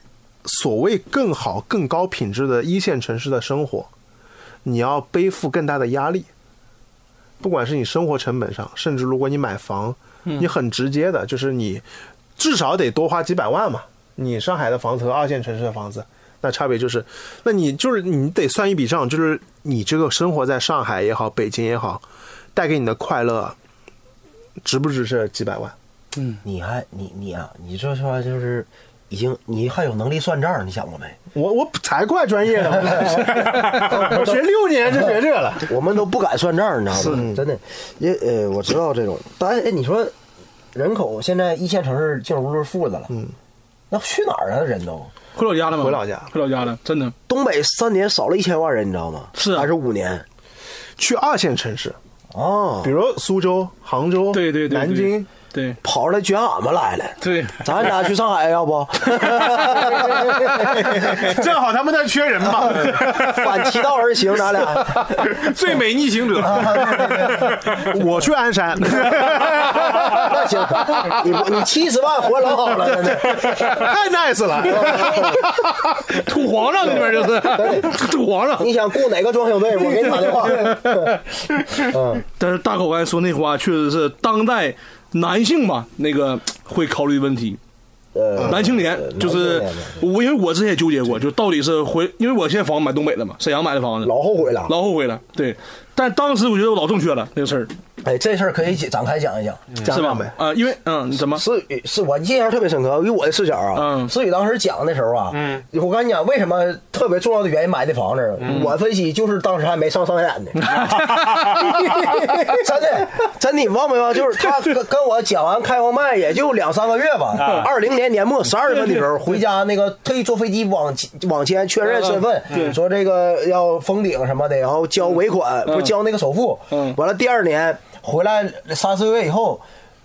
所谓更好、更高品质的一线城市的生活，你要背负更大的压力，不管是你生活成本上，甚嗯至如果你买房，你很直接的就是你至少得多花几百万嘛，你上海的房子和二线城市的房子，那差别就是，那你就是你得算一笔账，就是你这个生活在上海也好，北京也好，带给你的快乐，值不值这几百万？嗯你还你你啊，你这说就是已经你还有能力算账，你想过没？我我才怪专业 呢，我我学六年就学这了。 我们都不敢算账，你知道吗？真的，因为呃，我知道这种，但是哎，你说人口现在一线城市净无论负的了，嗯，那去哪儿啊？人都回老家了吗？回老家回老家了，真的。东北三年少了一千万人，你知道吗？是啊还是五年去二线城市，啊哦比？如苏州、杭州、对对对对，南京，对跑出来卷俺们来了，对， 咱俩去上海要不？ 正好他们那儿缺人嘛，反其道而行，咱俩。 最美逆行者。 我去鞍 山。那行，你不 你七十万活老好了，真的。太 nice 了，土皇上那边就是土皇上。你想雇哪个装修队？我给你打电话。但是大口刚才说那话，确实是当代男性吧，那个会考虑问题。呃，男青年就是男青我，因为我之前也纠结过，就到底是回，因为我现在房子买东北的嘛，沈阳买的房子，老后悔了。老后悔了。对，但当时我觉得我老正确了那个事儿，哎，这事儿可以解展开讲一讲。讲是吧讲呗？。啊，因为嗯，怎么？思雨是我印象特别深刻，以我的视角啊，嗯思雨当时讲的时候啊，嗯，我跟你讲为什么特别重要的原因买的房子，我分析就是当时还没上商演呢， 真的真的，你忘没忘？就是他跟跟我讲完开完麦也就两三个月吧，二零、年年末十二月份的时候回家那个特意坐飞机往往前确认身份，说这个要封顶什么的，然后交尾款，不是交那个首付，嗯完了第二年回来三四个月以后。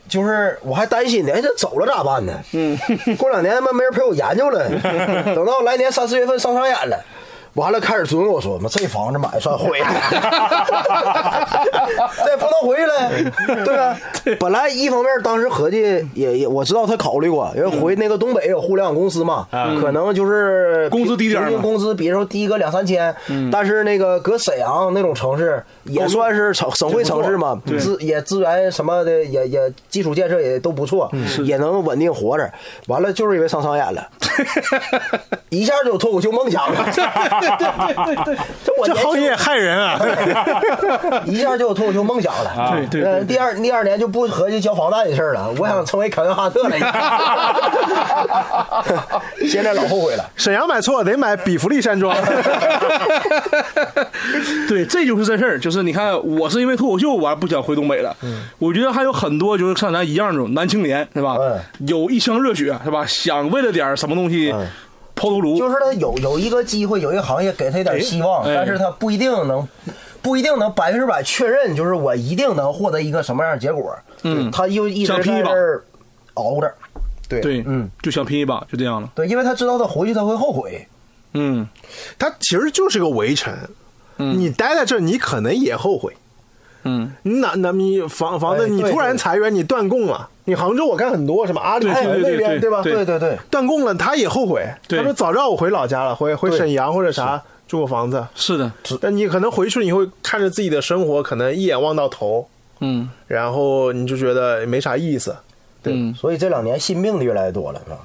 就是我还担心呢，哎，这走了咋办呢？嗯，过两年他妈没人陪我研究 了，等到来年三四月份上商演了。完了，开始尊我说：“妈，这房子买算毁了， 这不能回了，对吧？”本来一方面，当时合计也也我知道他考虑过，因为回那个东北有互联网公司嘛，可能就是嗯工资低点儿平均嘛工资比如说低个两三千，但是那个搁沈阳那种城市也算是省省会城市嘛，资也资源什么的也也基础建设也都不错，也能稳定活着。完了就是因为上商演了，一下就有脱口秀梦想了。这我这年行轻业害人啊！ 一下就有脱口秀梦想了。啊对对对嗯，第二第二年就不合计交房贷的事儿了。我想成为凯文哈特了，现在老后悔了。沈阳买错得买比弗利山 庄，对，这就是真事儿。就是你看，我是因为脱口秀，我还不想回东北了。我觉得还有很多就是像咱一样这种男青年，是吧？嗯有一腔热血，是吧？想为了点儿什么东西抛头颅，就是他有有一个机会，有一个行业给他一点希望，哎哎但是他不一定能，不一定能百分之百确认，就是我一定能获得一个什么样的结果。嗯，他又一直想拼在一把这儿熬着。对，嗯，就想拼一把，就这样了。对，因为他知道他回去他会后悔。嗯，它其实就是个围城。你待在这儿，你可能也后悔。嗯，你哪哪你房房子，哎你对突然对裁员，你断供了。你杭州我看很多什么阿里对哎对对那边对吧？对对对对，断供了，他也后悔。对他说早知道我回老家了，回回对沈阳或者啥住过房子。是的，但你可能回去，你会看着自己的生活，可能一眼望到头，嗯然后你就觉得没啥意思。嗯，所以这两年信病的越来越多了，是吧？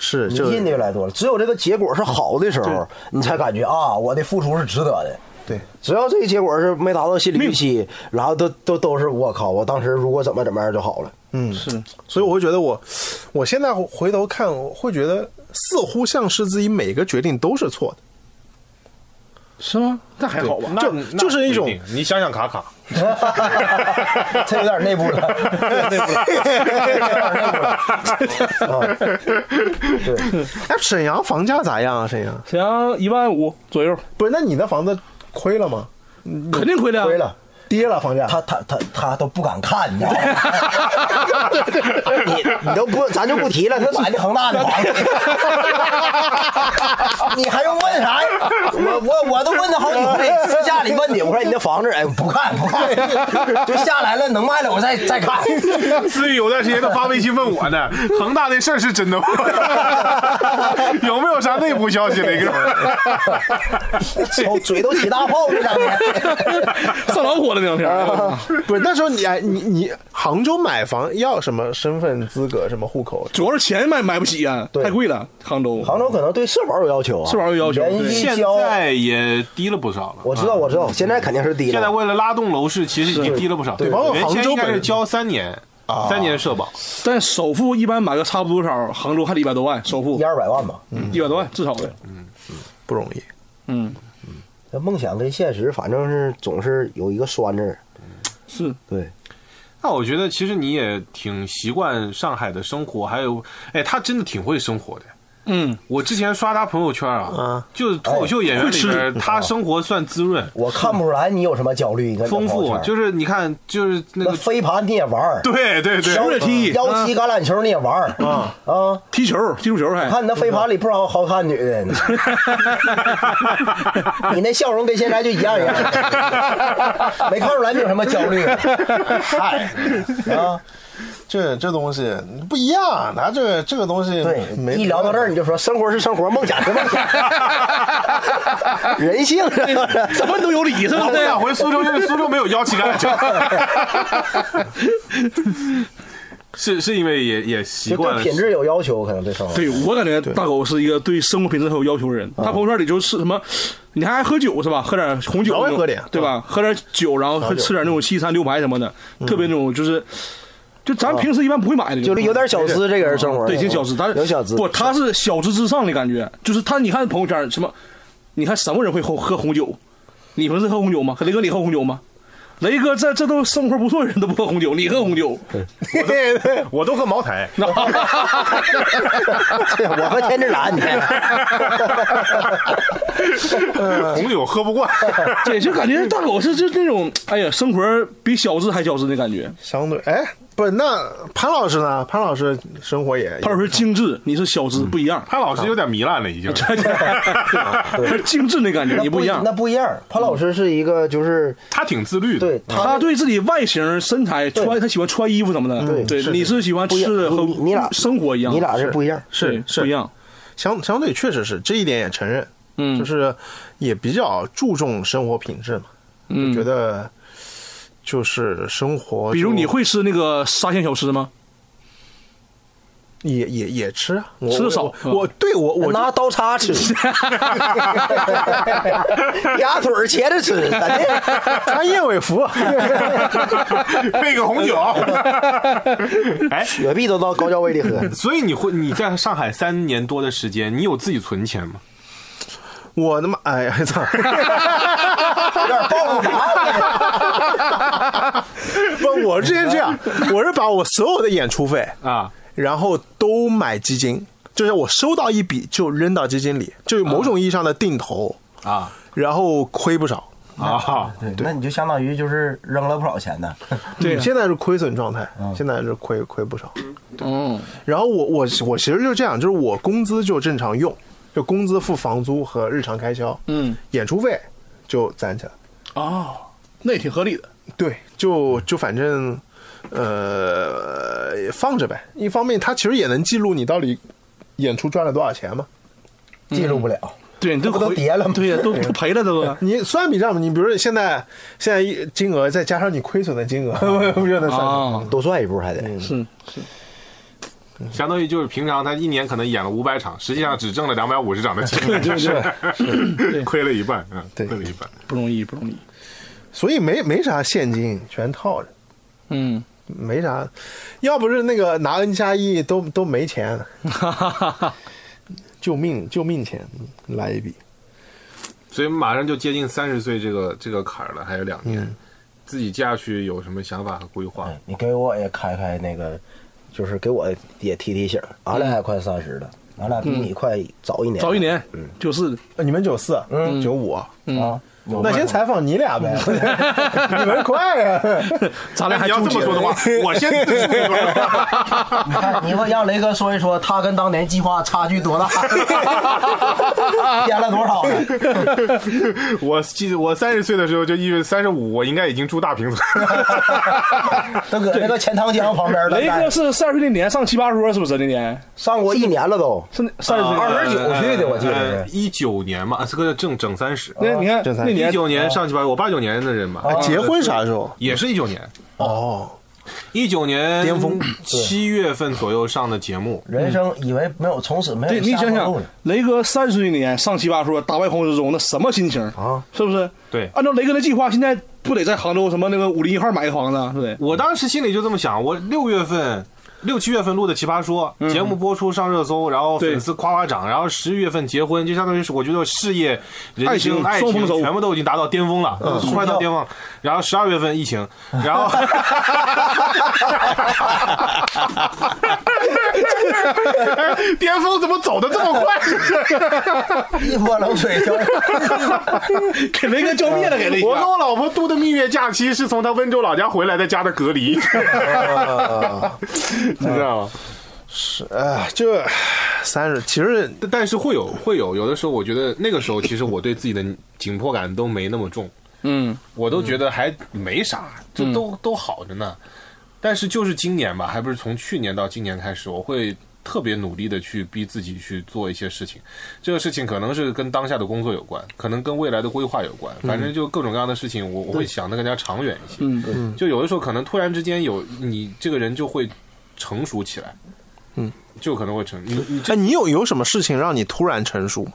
是，迷就信的越来越多了。只有这个结果是好的时候，你才感觉啊，我的付出是值得的。对，只要这个结果是没达到心理预期，然后都都都是我靠，我当时如果怎么怎么样就好了。嗯，是所以我会觉得我，我现在回头看，我会觉得似乎像是自己每个决定都是错的。是吗？那还好吧。那就那就是一种不定你想想卡 卡， 这有点内部了，这有点内部了，这有点内部了。啊，对，哎，沈阳房价咋样啊？沈阳沈阳一万五左右，不是？那你那房子亏了吗？肯定嗯亏了呀。亏了。 跌了房价？他他他他都不敢看，你知道吗？ 你你都不，咱就不提了。 他买的恒大的房子，你还用问啥呀？我我我都问他好几回，私下下来一问你，我说你那房子，哎，不看不看，就下来了，能卖了我再再看。 思雨有段时间都发微信问我呢，恒大那事儿是真 的吗？有没有啥内部消息，雷哥？手嘴 都起大泡了，两天。 上老火了那两天。不是那时候你哎你你杭州买房要什么身份资格什么户口？主要是钱买买不起啊，对太贵了。杭州，杭州可能对社保有要求啊，社保有要求人对一现交，在也低了不少了。我知道我知道，现在肯定是低现在了。为了拉动楼市，其实已经低了不少。对包括原先杭州应该本是啊身交三年，三年社保。但首付一般买个差不多多少，杭州还得一百多万，首付一二百万吧，一百多万至少的。不容易。嗯，那梦想跟现实反正是总是有一个酸字儿。是对，那我觉得其实你也挺习惯上海的生活，还有，哎，他真的挺会生活的。嗯，我之前刷他朋友圈啊，啊哦就是脱口秀演员里边儿，他生活算滋润、我看不出来你有什么焦虑，你看丰富，啊是就是你看，就是那那个，飞盘你也玩儿，对啊对对，球也踢，腰旗橄榄球你也玩儿啊啊！踢球，踢足球还。看你那飞盘里不少好看女 的，你那笑容跟现在就一样一 样，没看出来你有什么焦虑。嗨，啊，这这东西不一样，他这个这个东西对，没一聊到这儿你就说生活是生活，梦想是梦想， 人性是不 是？什么都有理，是不我是？想回苏州，就是苏州没有幺七橄榄球，是是因为也也习就惯对了品质有要求，可能对生活。对啊我感觉大狗是一个对生活品质很有要求的人。他朋友圈里就是什么，你还爱喝酒是吧？喝点红酒稍微那种，喝点对吧？喝点酒，嗯然后喝喝酒吃点那种西餐牛排什么的，特别那种就是，就咱平时一般不会买的，就是有点小资，这个人生活啊对，挺小资，但是有小资。 不，他是小资至上的感觉，就是他，你看朋友圈什么，你看什么人会喝喝红酒？你平时喝红酒吗？雷哥，你喝红酒吗？雷哥这这都生活不错的人都不喝红酒，你喝红酒， 我都喝茅台，对我和天之 蓝，你看，红酒喝不惯。对，就感觉大狗是就那种，哎呀，生活比小资还小资的感觉。相对哎，不是那潘老师呢？潘老师生活也他说是精致，你是小资，不一样。潘老师有点糜烂了，已经。 他是精致那感觉，你不一样嗯那。不一样。潘老师是一个就是他挺自律的，对他他对自己外形、身材、穿，他喜欢穿衣服什么的。对，你是喜欢不一样吃的和你你俩生活一样，你俩是不一样。对是是不一样。相相对确实是这一点也承认，嗯就是也比较注重生活品质嘛，嗯，觉得就是生活就，比如你会吃那个沙县小吃吗？也也也吃啊，我吃得少我嗯我对我我拿刀叉 吃， 鸭腿儿茄子吃，咋的？穿燕尾服， 配个红酒。哎，雪碧都到高脚杯里喝，所以你会你在上海三年多的时间，你有自己存钱吗？我他妈哎呀操！ 有点抱不 着。不，我之前这样，我是把我所有的演出费，啊，然后都买基金，就是我收到一笔就扔到基金里，就有某种意义上的定投，啊然后亏不少。啊！对，那你就相当于就是扔了不少钱呢。对啊现在是亏损状态，现在是亏亏不少。嗯，然后我我我其实就这样，就是我工资就正常用，就工资付房租和日常开销，嗯，演出费就攒起来。哦，那也挺合理的。对，就就反正，呃，放着呗。一方面，它其实也能记录你到底演出赚了多少钱嘛。记录不了，对，你这这不都回叠了吗对呀，都都赔了都。啊 你算笔账嘛，你比如说现在现在一金额再加上你亏损的金额， 不就能算出来？啊，多算一步还得。是相当于就是平常他一年可能演了五百场，实际上只挣了两百五十场的钱， 是亏了一半啊，亏对了一半。不容易，不容易。所以没没啥现金，全套着，嗯，没啥。要不是那个拿 N 加一都都没 钱，哈哈哈哈。救命救命钱来一笔。所以马上就接近三十岁这个这个坎儿了，还有两嗯年。自己接下去有什么想法和规划？嗯你给我也开开那个，就是给我也提提醒儿。俺俩也快三十了，嗯俺俩比你快早一年，早一年，就是呃你们九四，嗯，九五，啊。那先采访你俩 呗，你们快呀！ 咱俩还哎你要纠这结么说的话，我先自述一段 吧。你们让雷哥说一说，他跟当年计划差距多大，添了多少呢？我记得我三十岁的时候就一月三十五，我应该已经住大平层。 都搁那个钱塘江旁边的，哎雷哥是三十岁那年上奇葩说，是不是那年？上过一年了都，是那三十岁那二年十九岁的我记得是。呃一九年嘛，啊这个正正三十。那你看这才那年哦啊哦一九年上去吧，我八九年的人嘛，结婚啥时候？也是一九年，哦，一九年巅峰七月份左右上的节目。人生以为没有，从此没对有你下想过路想了。，雷哥三十岁那年上奇葩说，大败黄之中，那什么心情啊？是不是？对按照雷哥的计划，现在不得在杭州什么那个五零一号买个房子，对不对？我当时心里就这么想，我六月份。六七月份录的《奇葩说》节目播出上热搜，然后对粉丝夸夸涨，然后十一月份结婚，就相当于是我觉得事业、人爱情、情爱双丰收全部都已经达到巅峰了，快到巅峰了。然后十二月份疫情，然后 巅峰怎么走的这么快？一泼冷水浇， 给雷哥浇灭了，给雷哥我。跟我老婆度的蜜月假期是从她温州老家回来，在家的隔离， 你知道吗？哎，就三十，其实但但是会有会有，有的时候我觉得那个时候其实我对自己的紧迫感都没那么重，嗯，我都觉得还没啥，就都、都好着呢。但是就是今年吧，还不是从去年到今年开始，我会特别努力的去逼自己去做一些事情。这个事情可能是跟当下的工作有关，可能跟未来的规划有关，反正就各种各样的事情，我我会想的更加长远一些。嗯就有的时候可能突然之间有你这个人就会成熟起来，嗯，就可能会成你你这哎，你有有什么事情让你突然成熟吗？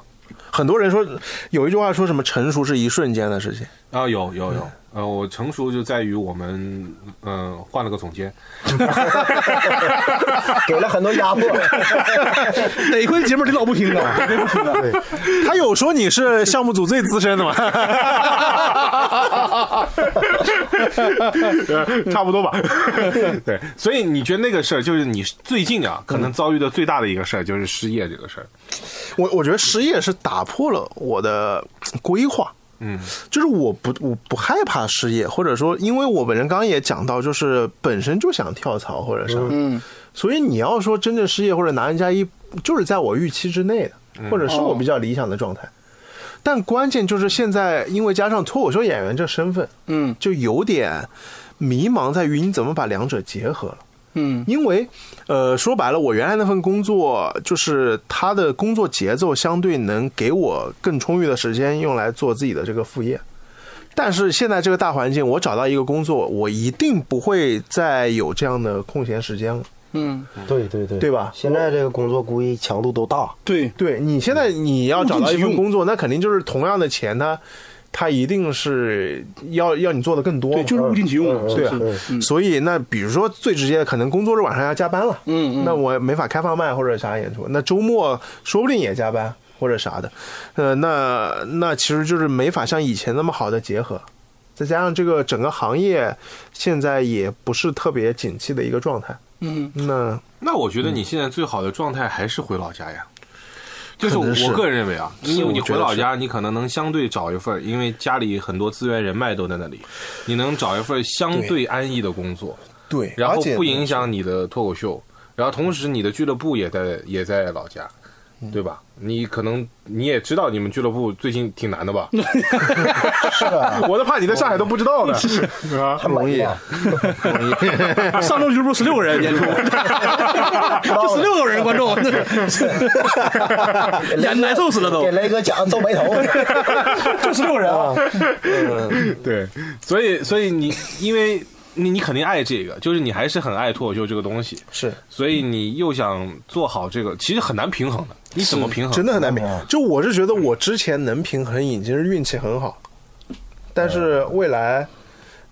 很多人说有一句话说什么成熟是一瞬间的事情，啊有有有。呃，我成熟就在于我们，嗯、换了个总 监， 给了很多压迫。 得亏节目领导不听啊，得亏不听啊。他有说你是项目组最资深的吗？ 呃差不多吧。 对，所以你觉得那个事儿，就是你最近啊，可能嗯遭遇的最大的一个事儿，就是失业这个事儿。我我觉得失业是打破了我的规划，嗯，就是我不我不害怕失业，或者说，因为我本人刚刚也讲到，就是本身就想跳槽或者啥，嗯，所以你要说真正失业或者拿人家一，就是在我预期之内的，或者是我比较理想的状态。但关键就是现在，因为加上脱口秀演员这身份，嗯就有点迷茫在于你怎么把两者结合了。嗯因为，呃，说白了，我原来那份工作就是他的工作节奏相对能给我更充裕的时间用来做自己的这个副业。但是现在这个大环境，我找到一个工作，我一定不会再有这样的空闲时间了，嗯，对对对，对吧？现在这个工作估计强度都大， 对，对你现在你要找到物尽一其份用工作，那肯定就是同样的钱，它它一定是要要你做的更多嘛，对，就是物尽其用嘛，对哦是啊不是？所以那比如说最直接的，可能工作日晚上要加班了，嗯嗯那我没法开放麦或者啥演出，那周末说不定也加班或者啥的，呃，那那其实就是没法像以前那么好的结合，再加上这个整个行业现在也不是特别景气的一个状态，嗯，那那我觉得嗯你现在最好的状态还是回老家呀。就是可能是我个人认为啊，你我你觉回得老是家，你可能能相对找一份儿，因为家里很多资源人脉都在那里，你能找一份儿相对安逸的工作，对然后不影响你的脱口秀，然后同时你的俱乐部也在也在老家，对吧？你可能你也知道你们俱乐部最近挺难的吧？是啊， 我都怕你在上海都不知道呢。很容易。上周俱乐部十六个人 演出，就十六个人观 众，难难受死了都给，雷哥讲皱眉头，就十六人啊。对，所以所以你因为你你肯定爱这个，就是你还是很爱脱口秀这个东西，是所以你又想做好这个，其实很难平衡的。你怎么平衡？真的很难平嗯。就我是觉得我之前能平衡已经是运气很好，但是未来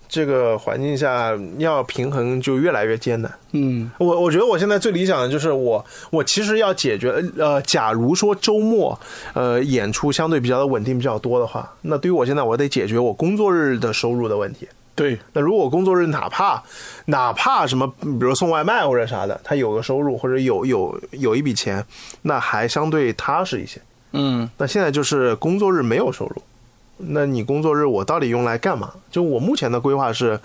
这个环境下要平衡就越来越艰难。嗯我我觉得我现在最理想的就是我我其实要解决呃，假如说周末呃演出相对比较的稳定比较多的话，那对于我现在我得解决我工作日的收入的问题。对，那如果工作日哪怕哪怕什么，比如送外卖或者啥的，他有个收入或者有有有一笔钱，那还相对踏实一些。嗯那现在就是工作日没有收入，那你工作日我到底用来干嘛？就我目前的规划是，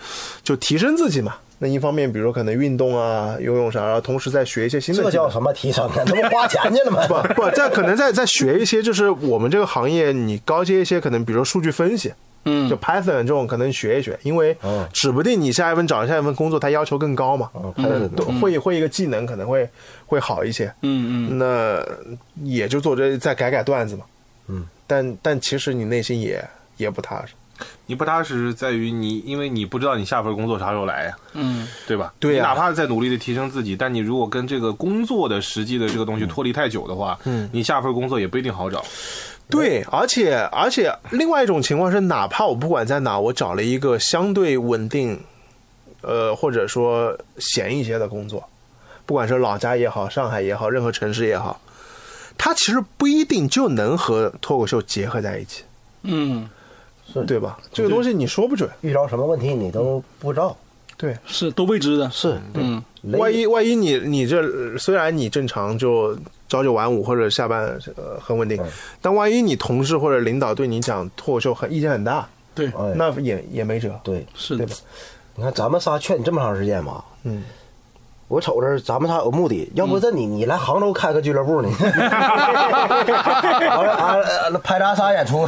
就提升自己嘛。那一方面，比如说可能运动啊、游泳啥，然后同时再学一些新的技这能。叫什么提升啊？这不花钱去了吗？不不，再可能再再学一些，就是我们这个行业你高阶一些，可能比如说数据分析，嗯，就 Python 这种可能学一学，因为指不定你下一份找下一份工作，它要求更高嘛，嗯，都会会一个技能可能会会好一些，嗯嗯，那也就做这再改改段子嘛，嗯，但但其实你内心也也不踏实，你不踏实在于你，因为你不知道你下份工作啥时候来呀、嗯，对吧？对呀你哪怕在努力的提升自己，但你如果跟这个工作的实际的这个东西脱离太久的话，嗯，你下份工作也不一定好 找。对，而且而且另外一种情况是，哪怕我不管在哪，我找了一个相对稳定，呃，或者说闲一些的工作，不管是老家也好，上海也好，任何城市也好，它其实不一定就能和脱口秀结合在一起，嗯，对吧？这个东西你说不准，遇着什么问题你都不知道，对。是都未知的，是嗯，雷万一万一你你这呃虽然你正常就朝九晚五或者下班呃很稳定，嗯但万一你同事或者领导对你讲脱口秀很意见很大，对，哎那也也没辙。对，是对的吧，你看咱们仨劝你这么长时间吧，嗯，我瞅着咱们仨有目的，要不这你嗯你来杭州开个俱乐部 呢？完了啊，呃拍咱仨演出，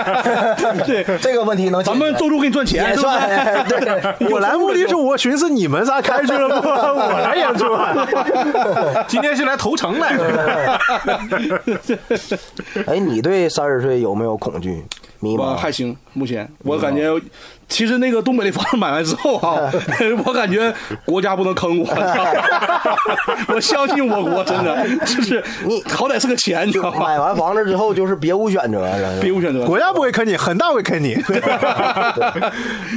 对这个问题能解决咱们做主给你赚钱，也是吧？算 对。我来目的是我寻思你们仨开俱乐 部，我来演出啊。今天是来投诚来 的， 哎，你对三十岁有没有恐惧、迷我茫？还行，目前我感觉，其实那个东北的房子买完之后 啊，我感觉国家不能坑我， 我相信我国，真的就是你好歹是个钱，你知道吗？买完房子之后就是别无选择了， 别无选择，国家不会坑你，恒大会 坑你。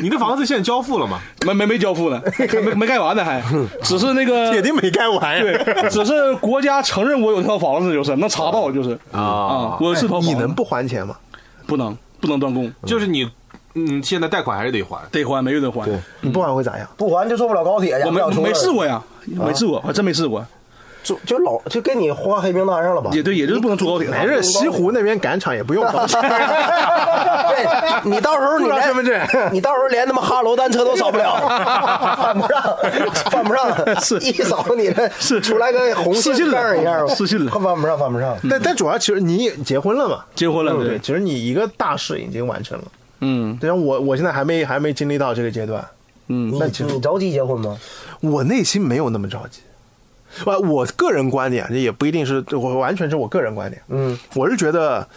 你的房子现在交付了吗？没没没交付呢，还没没盖完呢，还 只是那个铁定没盖完。对，只是国家承认我有套房子，就是能查到，就是啊，我是套房子，哎你能不还钱吗？嗯不能不能断供？就是你，嗯，现在贷款还是得还。得还，每月得还。你不还会咋样？不还就坐不了高铁去，我不没了车了没试，过呀，啊没试过，还真没试过。就就老就跟你画黑名单上了吧？也对，也就是不能坐高嗯铁。没事，西湖那边赶场也 不用搞对，你到时候你不连让身份证你到时候连他妈哈罗单车都扫不 了，犯不上，犯不上，是一扫你这是出来个红失信了杠一样，失信了犯不上，犯不上。但但主要其实你结婚了嘛，结婚了，对不对？对，其实你一个大事已经完成了。嗯对，像我我现在还没还没经历到这个阶段，你嗯，你着急结婚吗？我内心没有那么着急。我我个人观点，这也不一定是我完全是我个人观点。嗯，我是觉得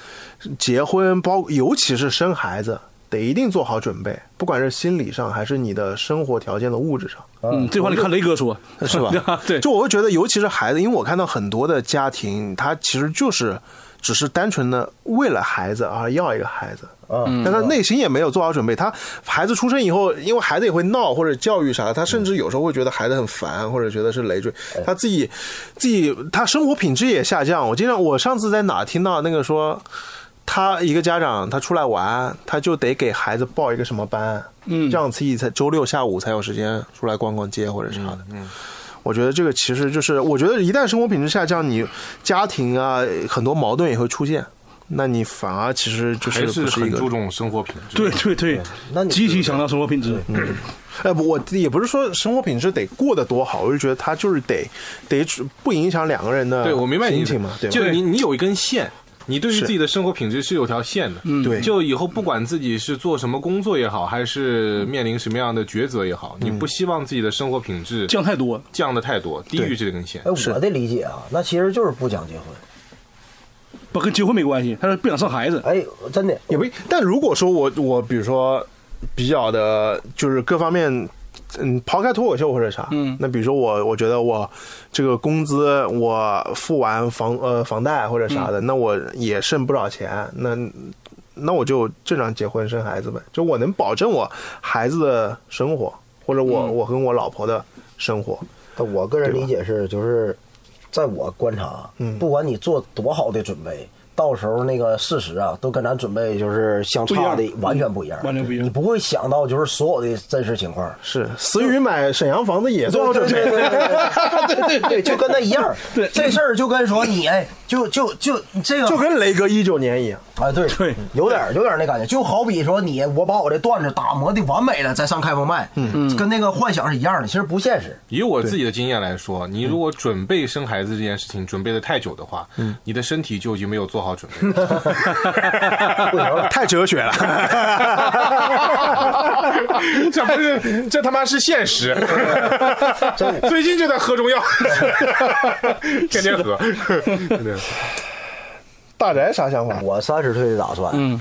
结婚包，尤其是生孩子，得一定做好准备，不管是心理上还是你的生活条件的物质上，嗯，这话你看雷哥说 是吧？ 对，就我会觉得，尤其是孩子，因为我看到很多的家庭，他其实就是只是单纯的为了孩子而要一个孩子，嗯，但他内心也没有做好准备。他孩子出生以后，因为孩子也会闹或者教育啥，他甚至有时候会觉得孩子很烦，或者觉得是累赘。他自己自己他生活品质也下降。我经常我上次在哪听到那个说，他一个家长他出来玩，他就得给孩子报一个什么班，嗯，这样自己才周六下午才有时间出来逛逛街或者啥的，嗯。我觉得这个其实就是，我觉得一旦生活品质下降，你家庭啊很多矛盾也会出现，那你反而其实就还是是不一很个注重生活品质。对对对那，你极其强调生活品质。呃，不，我也不是说生活品质得过得多好，我就觉得他就是得得不影响两个人的对，我明白你心的情嘛，对就吧？你你有一根线。你对于自己的生活品质是有条线的，嗯对就以后不管自己是做什么工作也好，还是面临什么样的抉择也好，嗯你不希望自己的生活品质降太多，降的太多，低于这根线哎，。我的理解啊，那其实就是不想结婚。不跟结婚没关系，他是不想生孩子。哎，真的，也不，但如果说我我比如说比较的，就是各方面。嗯，抛开脱口秀或者啥，嗯那比如说我，我觉得我这个工资我付完房呃房贷或者啥的，那我也剩不少钱，那那我就正常结婚生孩子呗，就我能保证我孩子的生活，或者我、我跟我老婆的生活，但我个人对吧理解是，就是在我观察，嗯不管你做多好的准备，到时候那个事实啊，都跟咱准备就是相差不一的样完全不一样，嗯完全不一样你不会想到就是所有的真实情况。是思雨买沈阳房子也做好准备， 对对 对，就跟那一样。对这事儿就跟说你哎，就就就这个，就跟雷哥一九年一样，哎，对对有点儿有点儿那感觉，就好比说你我把我这段子打磨的完美了，再上开放麦，嗯，跟那个幻想是一样的，其实不现实。以我自己的经验来说，嗯你如果准备生孩子这件事情准备的太久的话，嗯你的身体就已经没有做好准备了。 太哲学了， 这不是，这他妈是现实。 最近就在喝中药，天天喝。大宅啥想法？我三十岁的打算，嗯，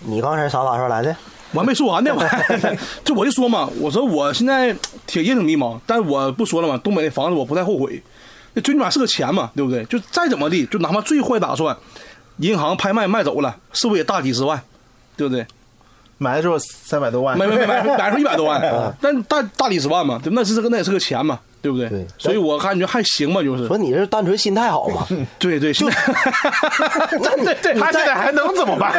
你刚才啥打算来的？我还没说完呢，我还就我就说嘛，我说我现在挺也挺迷茫，但我不说了嘛，东北那房子我不太后悔，那最起码是个钱嘛，对不对？就再怎么地，就哪怕最坏打算，银行拍卖卖走了，是不是也大几十万？对不对？买的时候三百多万，买买买买买出一百多万，但大大几十万嘛，对，那是这个那也是个钱嘛，对不对？对所以我感觉还行吧，就是说你是单纯心态好嘛？对对，现在 对对，他现在还能怎么办？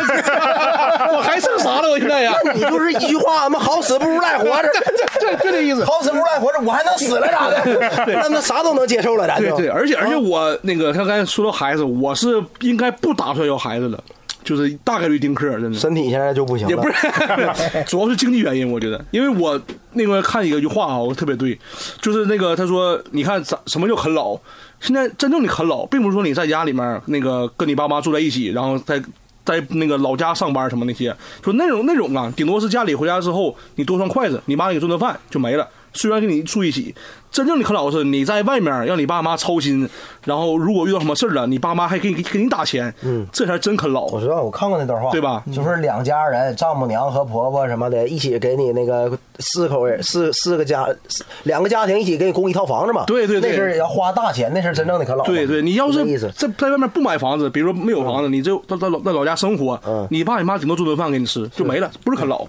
我还剩啥了？我现在呀， 你就是一句话，俺们好死不如赖活着， 对就这意思。好死不如赖活着，我还能死了咋 的？那那啥都能接受了，咱对就对，而且而且我那个他刚才说到孩子，我是应该不打算要孩子了，就是大概率丁克，真的。身体现在就不行了，也不是，主要是经济原因，我觉得，因为我那个看一个句话啊，我特别对，就是那个他说，你看咱什么叫啃老？现在真正的啃老，并不是说你在家里面那个跟你爸妈住在一起，然后在在那个老家上班什么那些，就那种那种啊，顶多是家里回家之后你多双筷子，你妈给你做顿饭就没了。虽然跟你住一起，真正的啃老是你在外面让你爸妈操心，然后如果遇到什么事儿了，你爸妈还给你给你打钱，嗯，这才是真啃老。我知道，我看过那段话，对吧嗯就是两家人，丈母娘和婆婆什么的，一起给你那个四口人，四四个家，四两个家庭一起给你供一套房子嘛。对对对那是要花大钱，那是真正的啃老嘛。对对，你要这是意思，在在外面不买房子，比如说没有房子，你就到到老在老家生活，嗯你爸你妈顶多做顿饭给你吃就没了，不是啃老。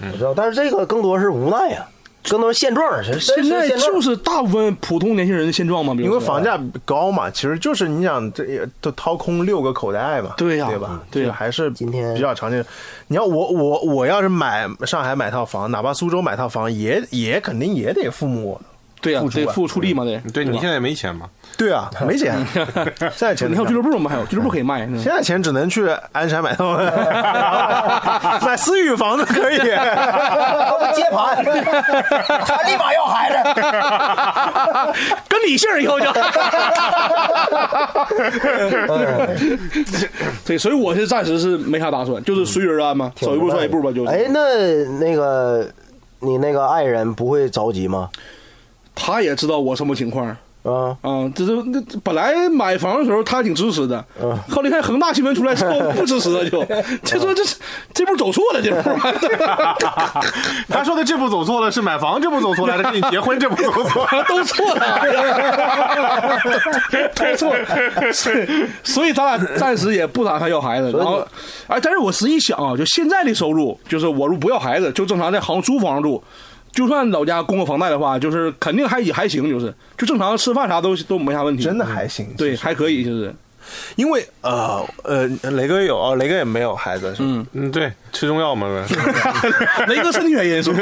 我知道，但是这个更多是无奈呀，更多是现状，是是现在是现状就是大部分普通年轻人的现状嘛，比如因说为房价高嘛，其实就是你想这也都掏空六个口袋嘛，对呀对吧？对呀这个还是今天比较常见。你要我我我要是买上海买套房，哪怕苏州买套房，也也肯定也得父母。对呀付，出啊得付出力嘛，得。 对你吧现在没钱吗？对啊，没钱，现在钱你怎还有么俱乐办。部吗？还有俱乐部可以卖。嗯现在钱只能去鞍山买套房， 买思雨房子可以。他 不接盘， 他立马要孩子。跟李姓儿以后就， 对，所以我是暂时是没啥打算，就是随遇而安嘛，走一步算一步吧，就是。哎，那那个你那个爱人不会着急吗？他也知道我什么情况，啊，啊，这都那本来买房的时候他挺支持的，嗯后来看恒大新闻出来之后 不支持了就，这说这这步走错了，这步他说的这步走错了是买房这步走错了，还是跟你结婚这步走错了？都错了，都错了，是所以咱俩暂时也不打算要孩子。然后，哎，但是我实际想啊，就现在的收入，就是我如不要孩子，就正常在杭州租房住。就算老家供个房贷的话，就是肯定还也还行，就是就正常吃饭啥都都没啥问题， 真的还行，对，还可以，就是因为呃呃，雷哥有哦，雷哥也没有孩子，是吧？嗯，对，吃中药嘛。 雷哥身体原因是吧？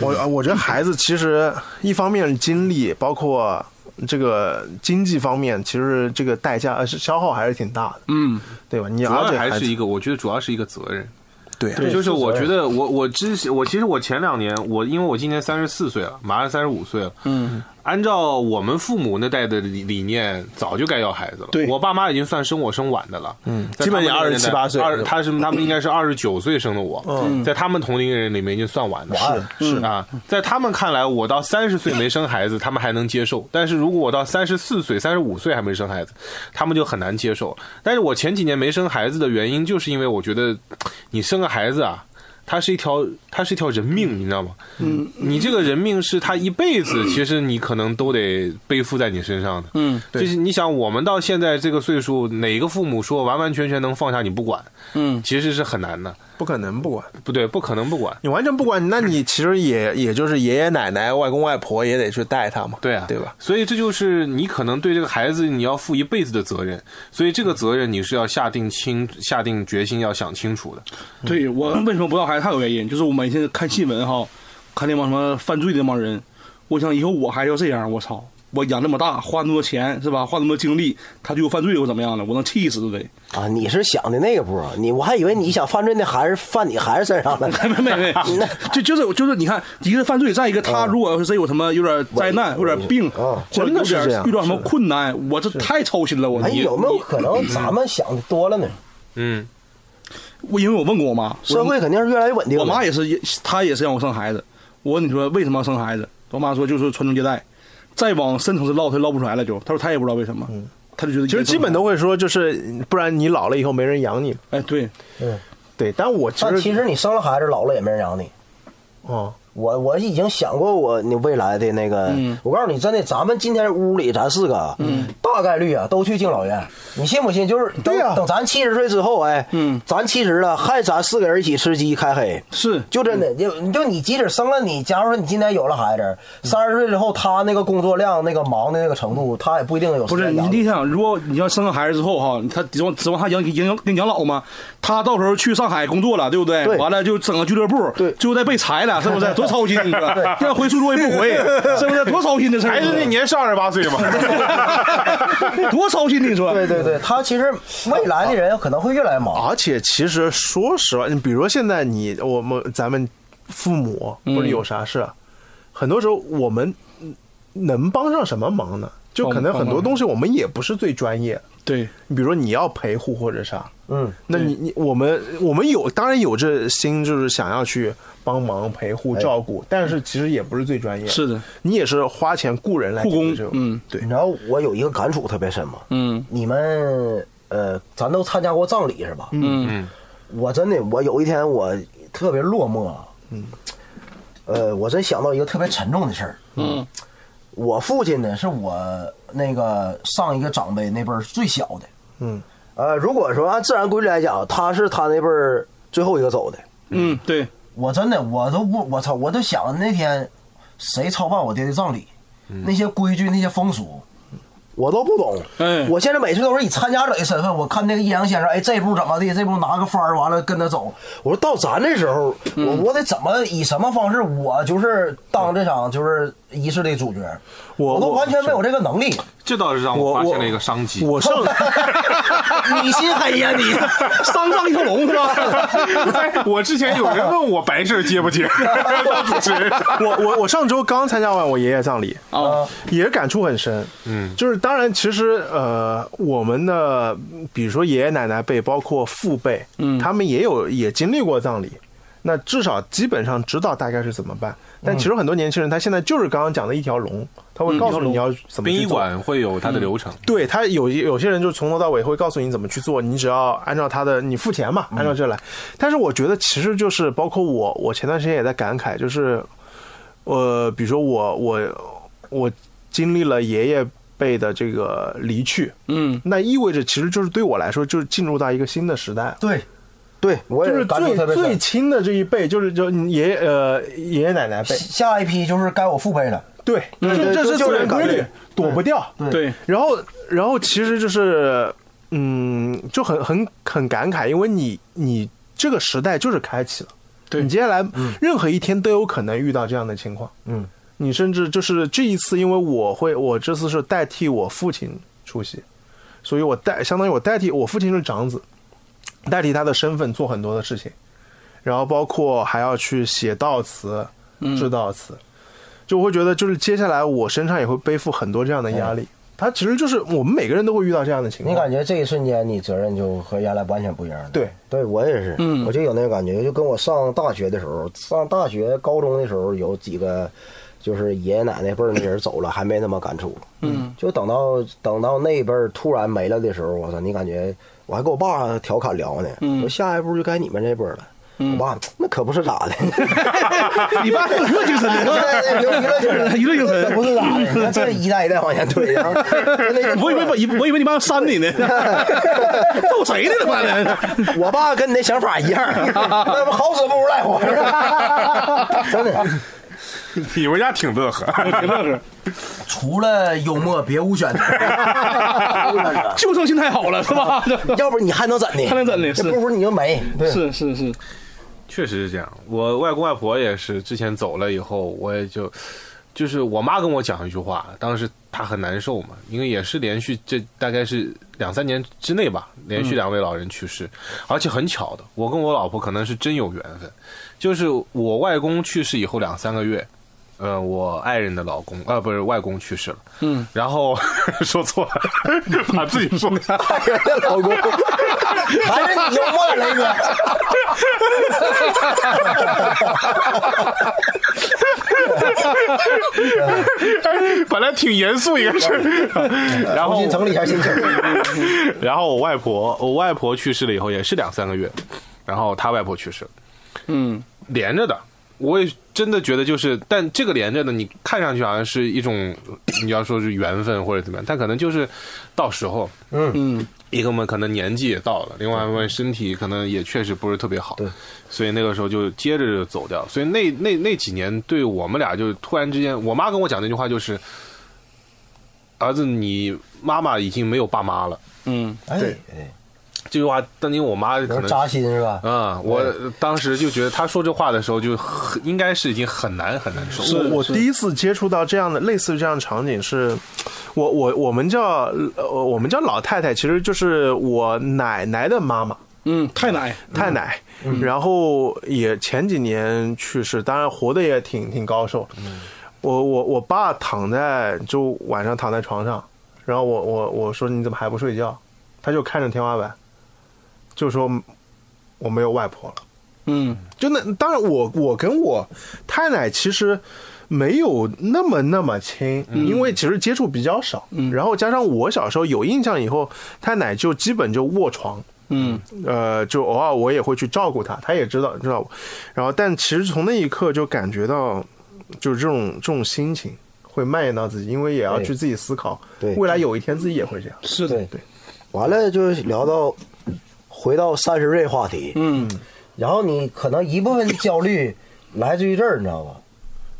我啊我觉得孩子其实一方面是精力，包括这个经济方面，其实这个代价呃是消耗还是挺大的，嗯，对吧？你主要而且还孩是子一个，我觉得主要是一个责任。对啊就是我觉得我我之前我其实我前两年我因为我今年三十四岁了，马上三十五岁了，嗯，按照我们父母那代的理理念，早就该要孩子了。对我爸妈已经算生我生晚的了，嗯，基本也27岁二他是他们应该是二十九岁生的我，在他们同龄人里面已经算晚的了，嗯是是啊，在他们看来，我到三十岁没生孩子，他们还能接受，但是如果我到三十四岁、三十五岁还没生孩子，他们就很难接受。但是我前几年没生孩子的原因，就是因为我觉得你生个孩子啊。它是一条，它是一条人命，你知道吗？嗯，你这个人命是他一辈 子，其实你可能都得背负在你身上的。嗯，就是你想，我们到现在这个岁数，哪个父母说完完全全能放下你不管？嗯，其实是很难的，不可能不管，不对，不可能不管。你完全不管，那你其实也也就是爷爷奶奶、外公外婆也得去带他嘛，对啊，对吧？？所以这就是你可能对这个孩子你要负一辈子的责任，所以这个责任你是要下定清下定决心要想清楚的。 对我为什么不要孩子？还有原因，就是我每天看新闻哈，看那帮什么犯罪的那帮人，我想以后我还要这样，我操，我养这么大，花那么多钱是吧？花那么多精力，他就犯罪又怎么样了？我能气死都得。 啊，你是想的那个波，你我还以为你想犯罪那孩子犯你孩子身上呢。 没 没没，就就是就是，你看，一个犯罪，再一个他如果要是真有什么有点灾难，有点病，啊或者哦真的有是这点样遇到什么困难，我这太操心了。我哎，你有没有可能咱们想的多了呢？嗯，我因为我问过我妈，我社会肯定是越来越稳定了。我妈也是，也她也是让我生孩子。我问你说为什么要生孩子？我妈说就是传宗接代，再往深层次唠，她唠不出来了就。她说她也不知道为什么，她就觉得其实基本都会说，就是不然你老了以后没人养你。哎对，对，但我其但实其实你生了孩子，老了也没人养你。哦，我我已经想过我你未来的那个，嗯我告诉你真的，咱们今天屋里咱四个，大概率啊都去敬老院，你信不信？就是等、对呀等咱七十岁之后，哎，嗯咱七十了，还咱四个人一起吃鸡开黑，是嗯就真的，就就你即使生了你，假如说你今天有了孩子，三十岁之后他那个工作量、那个忙的那个程度，他也不一定有时不是间你养你想，如果你要生个孩子之后哈，她指望指望她养养养养老吗？她到时候去上海工作了，对不对？对完了就整个俱乐部，对最后再被裁了，是不是？多操心你说，让回苏州也不回，是不是？多操心的事儿，还是那年是二十八岁嘛， 多操心你说，对对对，他其实未来的人可能会越来越忙。而且其实说实话，你比如说现在你我们咱们父母嗯或者有啥事，很多时候我们嗯能帮上什么忙呢？就可能很多东西我们也不是最专业。对，你比如说你要陪护或者啥，嗯，那你你我们我们有当然有这心，就是想要去帮忙陪护照顾，但是其实也不是最专业。哎是的，你也是花钱雇人来护工解决这个，嗯对你知道我有一个感触特别深吗？嗯你们呃，咱都参加过葬礼是吧？嗯我真的，我有一天我特别落寞，嗯，呃，我真想到一个特别沉重的事儿。嗯我父亲呢，是我那个上一个长辈那辈儿最小的，嗯，呃，如果说按自然规律来讲，他是他那辈儿最后一个走的。嗯，对，我真的，我都不，我操，我都想那天谁操办我爹的葬礼，嗯那些规矩，那些风俗。我都不懂，哎我现在每次都是以参加者的身份，我看那个易烊千玺，哎，这步怎么地，这步拿个幡儿，完了跟他走。我说到咱这时候，嗯我我得怎么以什么方式，我就是当这场就是仪式的主角，我都我完全没有这个能力。 这倒是让我我发我现了一个商机。我上你心黑呀你！ 三上一条龙是 吧？哎我之前有人问我白事儿接不接， 当主持人。 我我我上周刚参加完我爷爷葬礼，哦啊，也感触很深。嗯，就是当然，其实呃，我们的比如说爷爷奶奶辈，包括父辈，嗯，他们也有也经历过葬礼，那至少基本上知道大概是怎么办。但嗯其实很多年轻人，他现在就是刚刚讲的一条龙，他会告诉你要怎么殡去仪做。馆会有嗯它的流程，对他有有些人就从头到尾会告诉你怎么去做，你只要按照他的，你付钱嘛，按照这来。但是我觉得其实就是包括我，我前段时间也在感慨，就是，呃，比如说我我我经历了爷爷辈的这个离去，嗯，那意味着其实就是对我来说就是进入到一个新的时代。对，对我就也是感触特最别最深。亲的这一辈，就是就你爷呃爷爷奶奶辈，下一批就是该我父辈了。对，这这是就自这然感规律觉，躲不掉。对对，然后，然后其实就是，嗯，就很很很感慨，因为你你这个时代就是开启了，对你接下来任何一天都有可能遇到这样的情况，嗯，你甚至就是这一次，因为我会，我这次是代替我父亲出席，所以我代相当于我代替我父亲是长子，代替他的身份做很多的事情，然后包括还要去写悼词、致悼词，嗯就我会觉得就是接下来我身上也会背负很多这样的压力。他其实就是我们每个人都会遇到这样的情嗯你况，感觉这一瞬间，你责任就和原来完全不一样了。对，对我也是，嗯我就有那个感觉，就跟我上大学的时候，上大学、高中的时候，有几个就是爷爷奶奶辈儿那人走了，还没那么感触。嗯，就等到等到那一辈儿突然没了的时候，我操，你感觉我还跟我爸调侃聊呢，说下一步就该你们这辈儿了。我爸那可不是咋的， 你爸娱乐精神 娱乐精的，神娱乐精那不神。是咋的，那 这一代一代往前推，然后就那我以为把以我以为你爸要扇你 呢，揍谁呢？他妈的！ 我爸跟你那想法一 样，那不好死不如赖 活着。真的， 你们家挺乐呵。挺乐呵，除了幽默别无选 择，救生心太好了，是吧？ 要不你还能怎的？还能怎的是不如你就没。对，是是是，确实是这样，我外公外婆也是之前走了以后，我也就就是我妈跟我讲一句话，当时她很难受嘛，因为也是连续这大概是两三年之内吧，连续两位老人去世，而且很巧的，我跟我老婆可能是真有缘分，就是我外公去世以后两三个月。呃，我爱人的老公，呃，不是外公去世了，嗯，然后 说错了，把自己嗯说大老公，还是你幽默，雷哥。本来挺严肃一个事儿， 然后重新整理一下心情。 然后我外婆，我外婆去世了以后也是两三个月，然后她外婆去世，嗯，连着的。我也真的觉得就是，但这个连着的，你看上去好像是一种，你要说是缘分或者怎么样，但可能就是到时候，嗯嗯，一个嘛，可能年纪也到了，另外一方面身体可能也确实不是特别好，对，所以那个时候就接着就走掉。所以那那那几年，对我们俩就突然之间，我妈跟我讲那句话就是：“儿子，你妈妈已经没有爸妈了。”嗯，对，这句话，当年我妈哎有可点能扎心是吧？啊、我当时就觉得他说这话的时候就很，应该是已经很难很难受。我我第一次接触到这样的类似于这样的场景是，我我我们叫呃我们叫老太太，其实就是我奶奶的妈妈。嗯，太奶，太奶，然后也前几年去世，当然活的也挺挺高寿。我我我爸躺在就晚上躺在床上，然后我我我说你怎么还不睡觉？他就看着天花板，就说我没有外婆了。嗯就那当然我，我跟我太奶其实没有那么那么亲，因为其实接触比较少。然后加上我小时候有印象以后，太奶就基本就卧床，嗯呃，就偶尔我也会去照顾她，她也知道知道我。然后，但其实从那一刻就感觉到，就是这种这种心情会蔓延到自己，因为也要对去自己思考，对未来有一天自己也会这样。是的，对对。完了就聊到回到三十岁话题，嗯然后你可能一部分的焦 虑来自于这儿，你知道吗？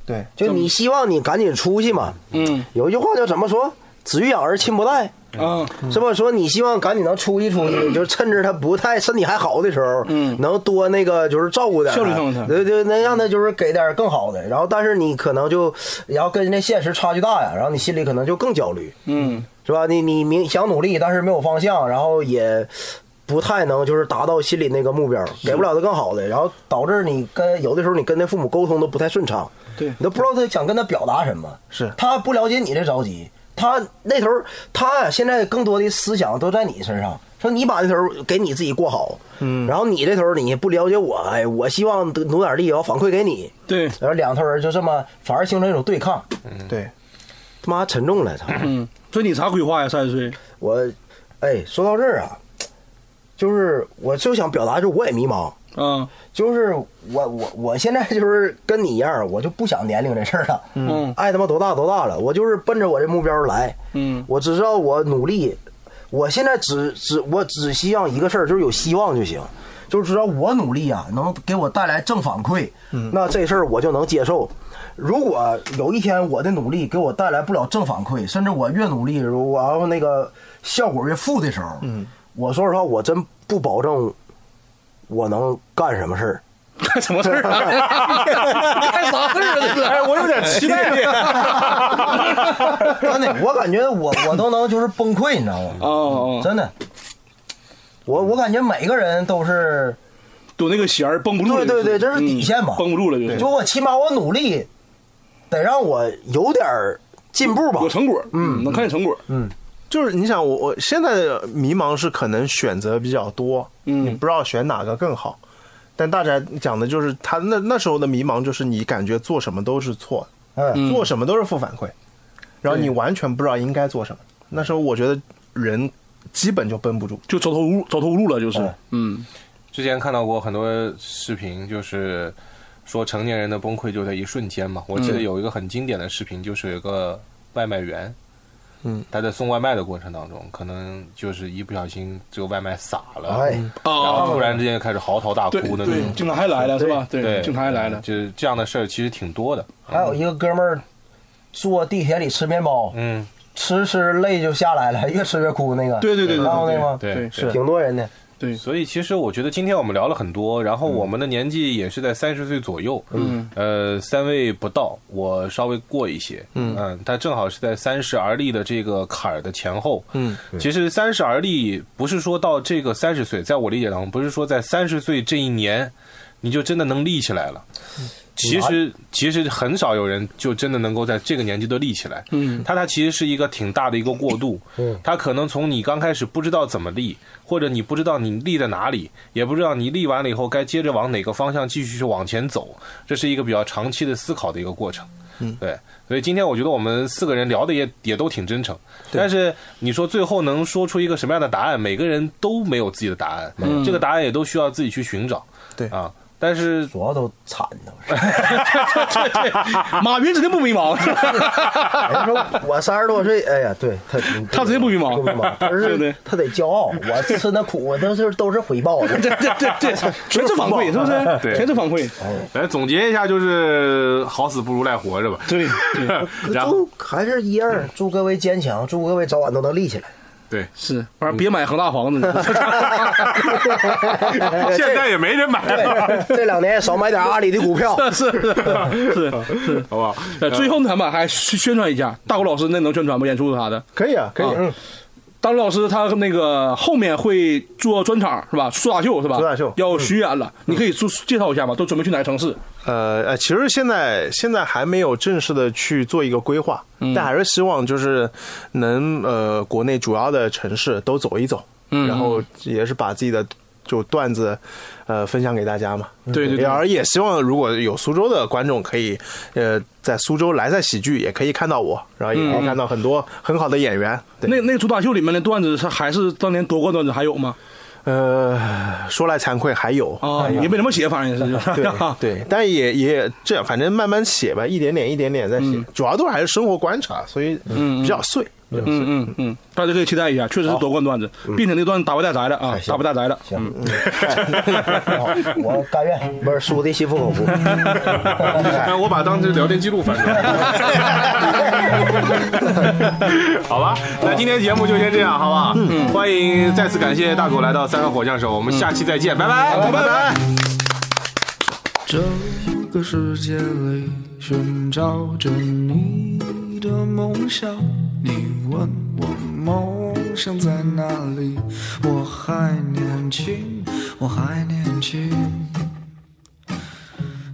对，就你希望你赶紧出去嘛。嗯有一句话叫怎么说？子欲养而亲不待，啊，是吧？说你希望赶紧能出去出去，就是趁着他不太身体还好的时候，嗯能多那个就是照顾点儿效率上的对对，能让他就是给点儿更好的。然后，但是你可能就，然后跟那现实差距大呀，然后你心里可能就更焦虑，嗯是吧？你你明想努力，但是没有方向，然后也不太能就是达到心里那个目标，给不了他更好的，然后导致你跟有的时候你跟那父母沟通都不太顺畅，对你都不知道他想跟他表达什么，是他不了解你这着急，他那头儿他啊现在更多的思想都在你身上。说你把那头儿给你自己过好，嗯，然后你这头儿你不了解我，哎，我希望努点力，我要反馈给你，对，然后两头人就这么反而形成一种对抗，对，他妈沉重了，操！嗯，所以你啥规划呀？三十岁，我，哎，说到这儿啊，就是我就想表达，就是我也迷茫，啊， 就是我我我现在就是跟你一样，我就不想年龄这事儿了，嗯爱他妈多大多大了，我就是奔着我这目标来，嗯我只知道我努力，我现在只只我只希望一个事儿，就是有希望就行。就是知道我努力啊，能给我带来正反馈，嗯那这事儿我就能接受。如果有一天我的努力给我带来不了正反馈，甚至我越努力，如然后那个效果越负的时候，嗯，我说实话，我真不保证我能干什么事儿。干什么事儿啊？干啥事儿啊？ 哎，我有 点期待真的，我感觉我我都能就是崩溃，你知道吗？哦哦，真的，我我感觉每个人都是。堵那个弦儿绷不住了，对对对这是底线嘛嗯绷不住了就是就我起码我努力，得让我有点儿进步吧有。成果，嗯，能看见成果，就是你想我我现在的迷茫是可能选择比较多，嗯你不知道选哪个更好。但大宅讲的就是他那那时候的迷茫，就是你感觉做什么都是错的，嗯做什么都是负反馈，然后你完全不知道应该做什么。那时候我觉得人基本就绷不住，就走投无路走投无路了，就是，嗯，之前看到过很多视频，就是说成年人的崩溃就在一瞬间嘛。我嗯记得有一个很经典的视频，就是有一个外卖员，嗯，他在送外卖的过程当中，可能就是一不小心这个外卖洒了，哎，然后啊突，然之间就开始嚎啕大对哭的那对，种。警察还来了是吧？对，警察还来了，就是这样的事儿其实挺多的。还有一个哥们儿坐地铁里吃面包，嗯，吃吃泪就下来了，越吃越哭那个。 对对对对对看过那吗？对，对是挺多人的。对 所以其实我觉得今天我们聊了很多，然后我们的年纪也是在三十岁左右，嗯，呃，三位不到，我稍微过一些，嗯他正好是在三十而立的这个坎儿的前后，嗯，其实三十而立不是说到这个三十岁，在我理解当中，不是说在三十岁这一年你就真的能立起来了。其实其实很少有人就真的能够在这个年纪都立起来。嗯，它它其实是一个挺大的一个过渡。嗯，它可能从你刚开始不知道怎么立，或者你不知道你立在哪里，也不知道你立完了以后该接着往哪个方向继续去往前走，这是一个比较长期的思考的一个过程。嗯，对，所以今天我觉得我们四个人聊的也也都挺真诚，但是你说最后能说出一个什么样的答案，每个人都没有自己嗯的答案，这个答案也都需要自己去寻找。对啊，但是主要都惨呢。马云指定不迷茫， 人说我三十多岁，哎呀，对他， 他真不迷茫不迷茫，他 对对是他得骄傲，我吃那苦，我都是都是回报的。 对对对对，全是反馈，是不是？对全是反馈，来总结一下，就是好死不如赖活着吧。对对 然后祝还是一样，祝各位坚强，祝各位早晚都能立起来。对，是，反正别买恒大房子，哎现在也没人买了， 对，这两年少买点阿里的股票。是是是是。好吧？呃，最后呢，咱们还宣宣传一下，大狗老师那能宣传不？演出啥的？可以啊，可以。啊大狗老师他那个后面会做专场是吧？说大秀是吧？说大秀嗯要巡演了，你可以做介绍一下吗？都准备去哪个城市？呃呃，其实现在现在还没有正式的去做一个规划，嗯但还是希望就是能呃国内主要的城市都走一走，嗯然后也是把自己的就段子呃分享给大家嘛。嗯对对对然而也希望如果有苏州的观众可以呃在苏州来赛喜剧也可以看到我，然后嗯也可以看到很多很好的演员。对，那那个主打秀里面的段子是还是当年夺冠段子还有吗？呃说来惭愧还有啊，也没怎么写，反正也是 就是。哎 对对，但也也这样，反正慢慢写吧，一点点一点点再写，主要都还是生活观察，所以比较碎。嗯嗯嗯嗯，大家可以期待一下，确实是夺冠段子，并且那段打败大宅了哎啊，打败大宅了。 嗯，好我甘愿，不是输的心服 口服。哎我把当时聊天记录翻出来。好吧，那今天节目就先这样，好不好？嗯，欢迎再次感谢大狗来到三个火枪手，我们下期再见，拜拜，拜拜。这个世界里寻找着你的梦想，你问我梦想在哪里？我还年轻，我还年轻。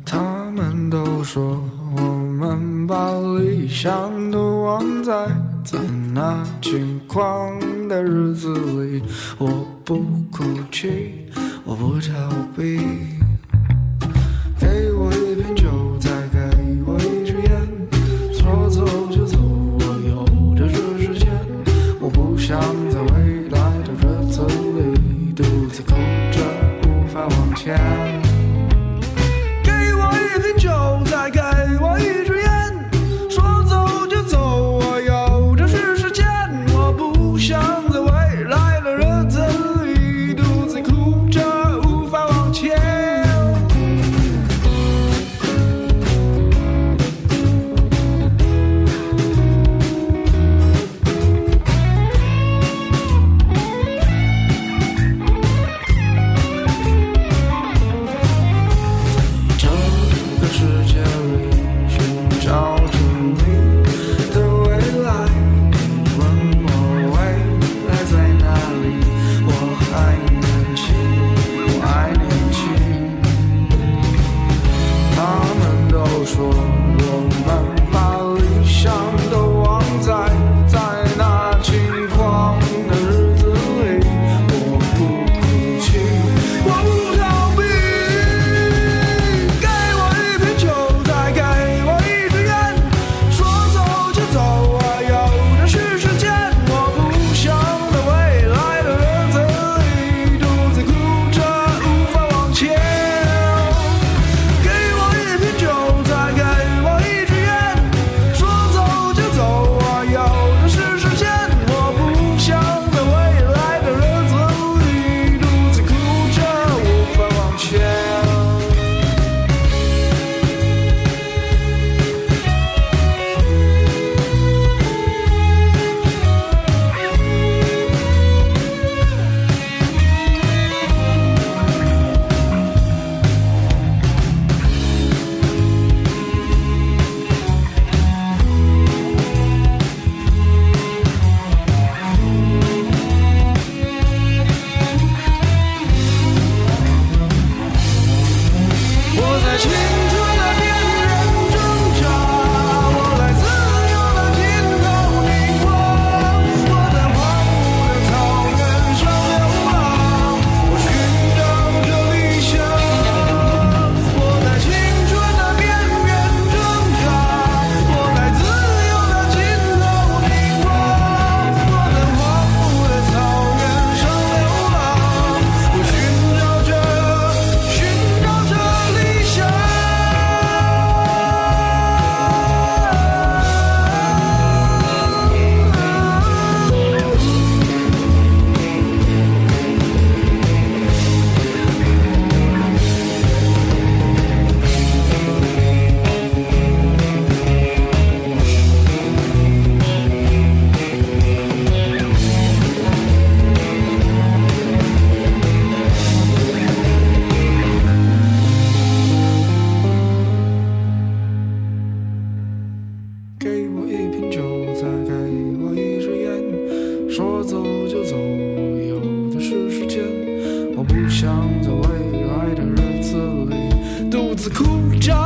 他们都说我们把理想都忘在在那轻狂的日子里，我不哭泣，我不逃避。给我一瓶酒，再给我一支烟，说走就走，我有的是时间。我不想在未来的日子里独自哭着无法往前。给我一瓶酒，再给我一支烟，说走就走，我有的是时间。我不想在未来的日子里独自哭着无法往前。啊独自哭着。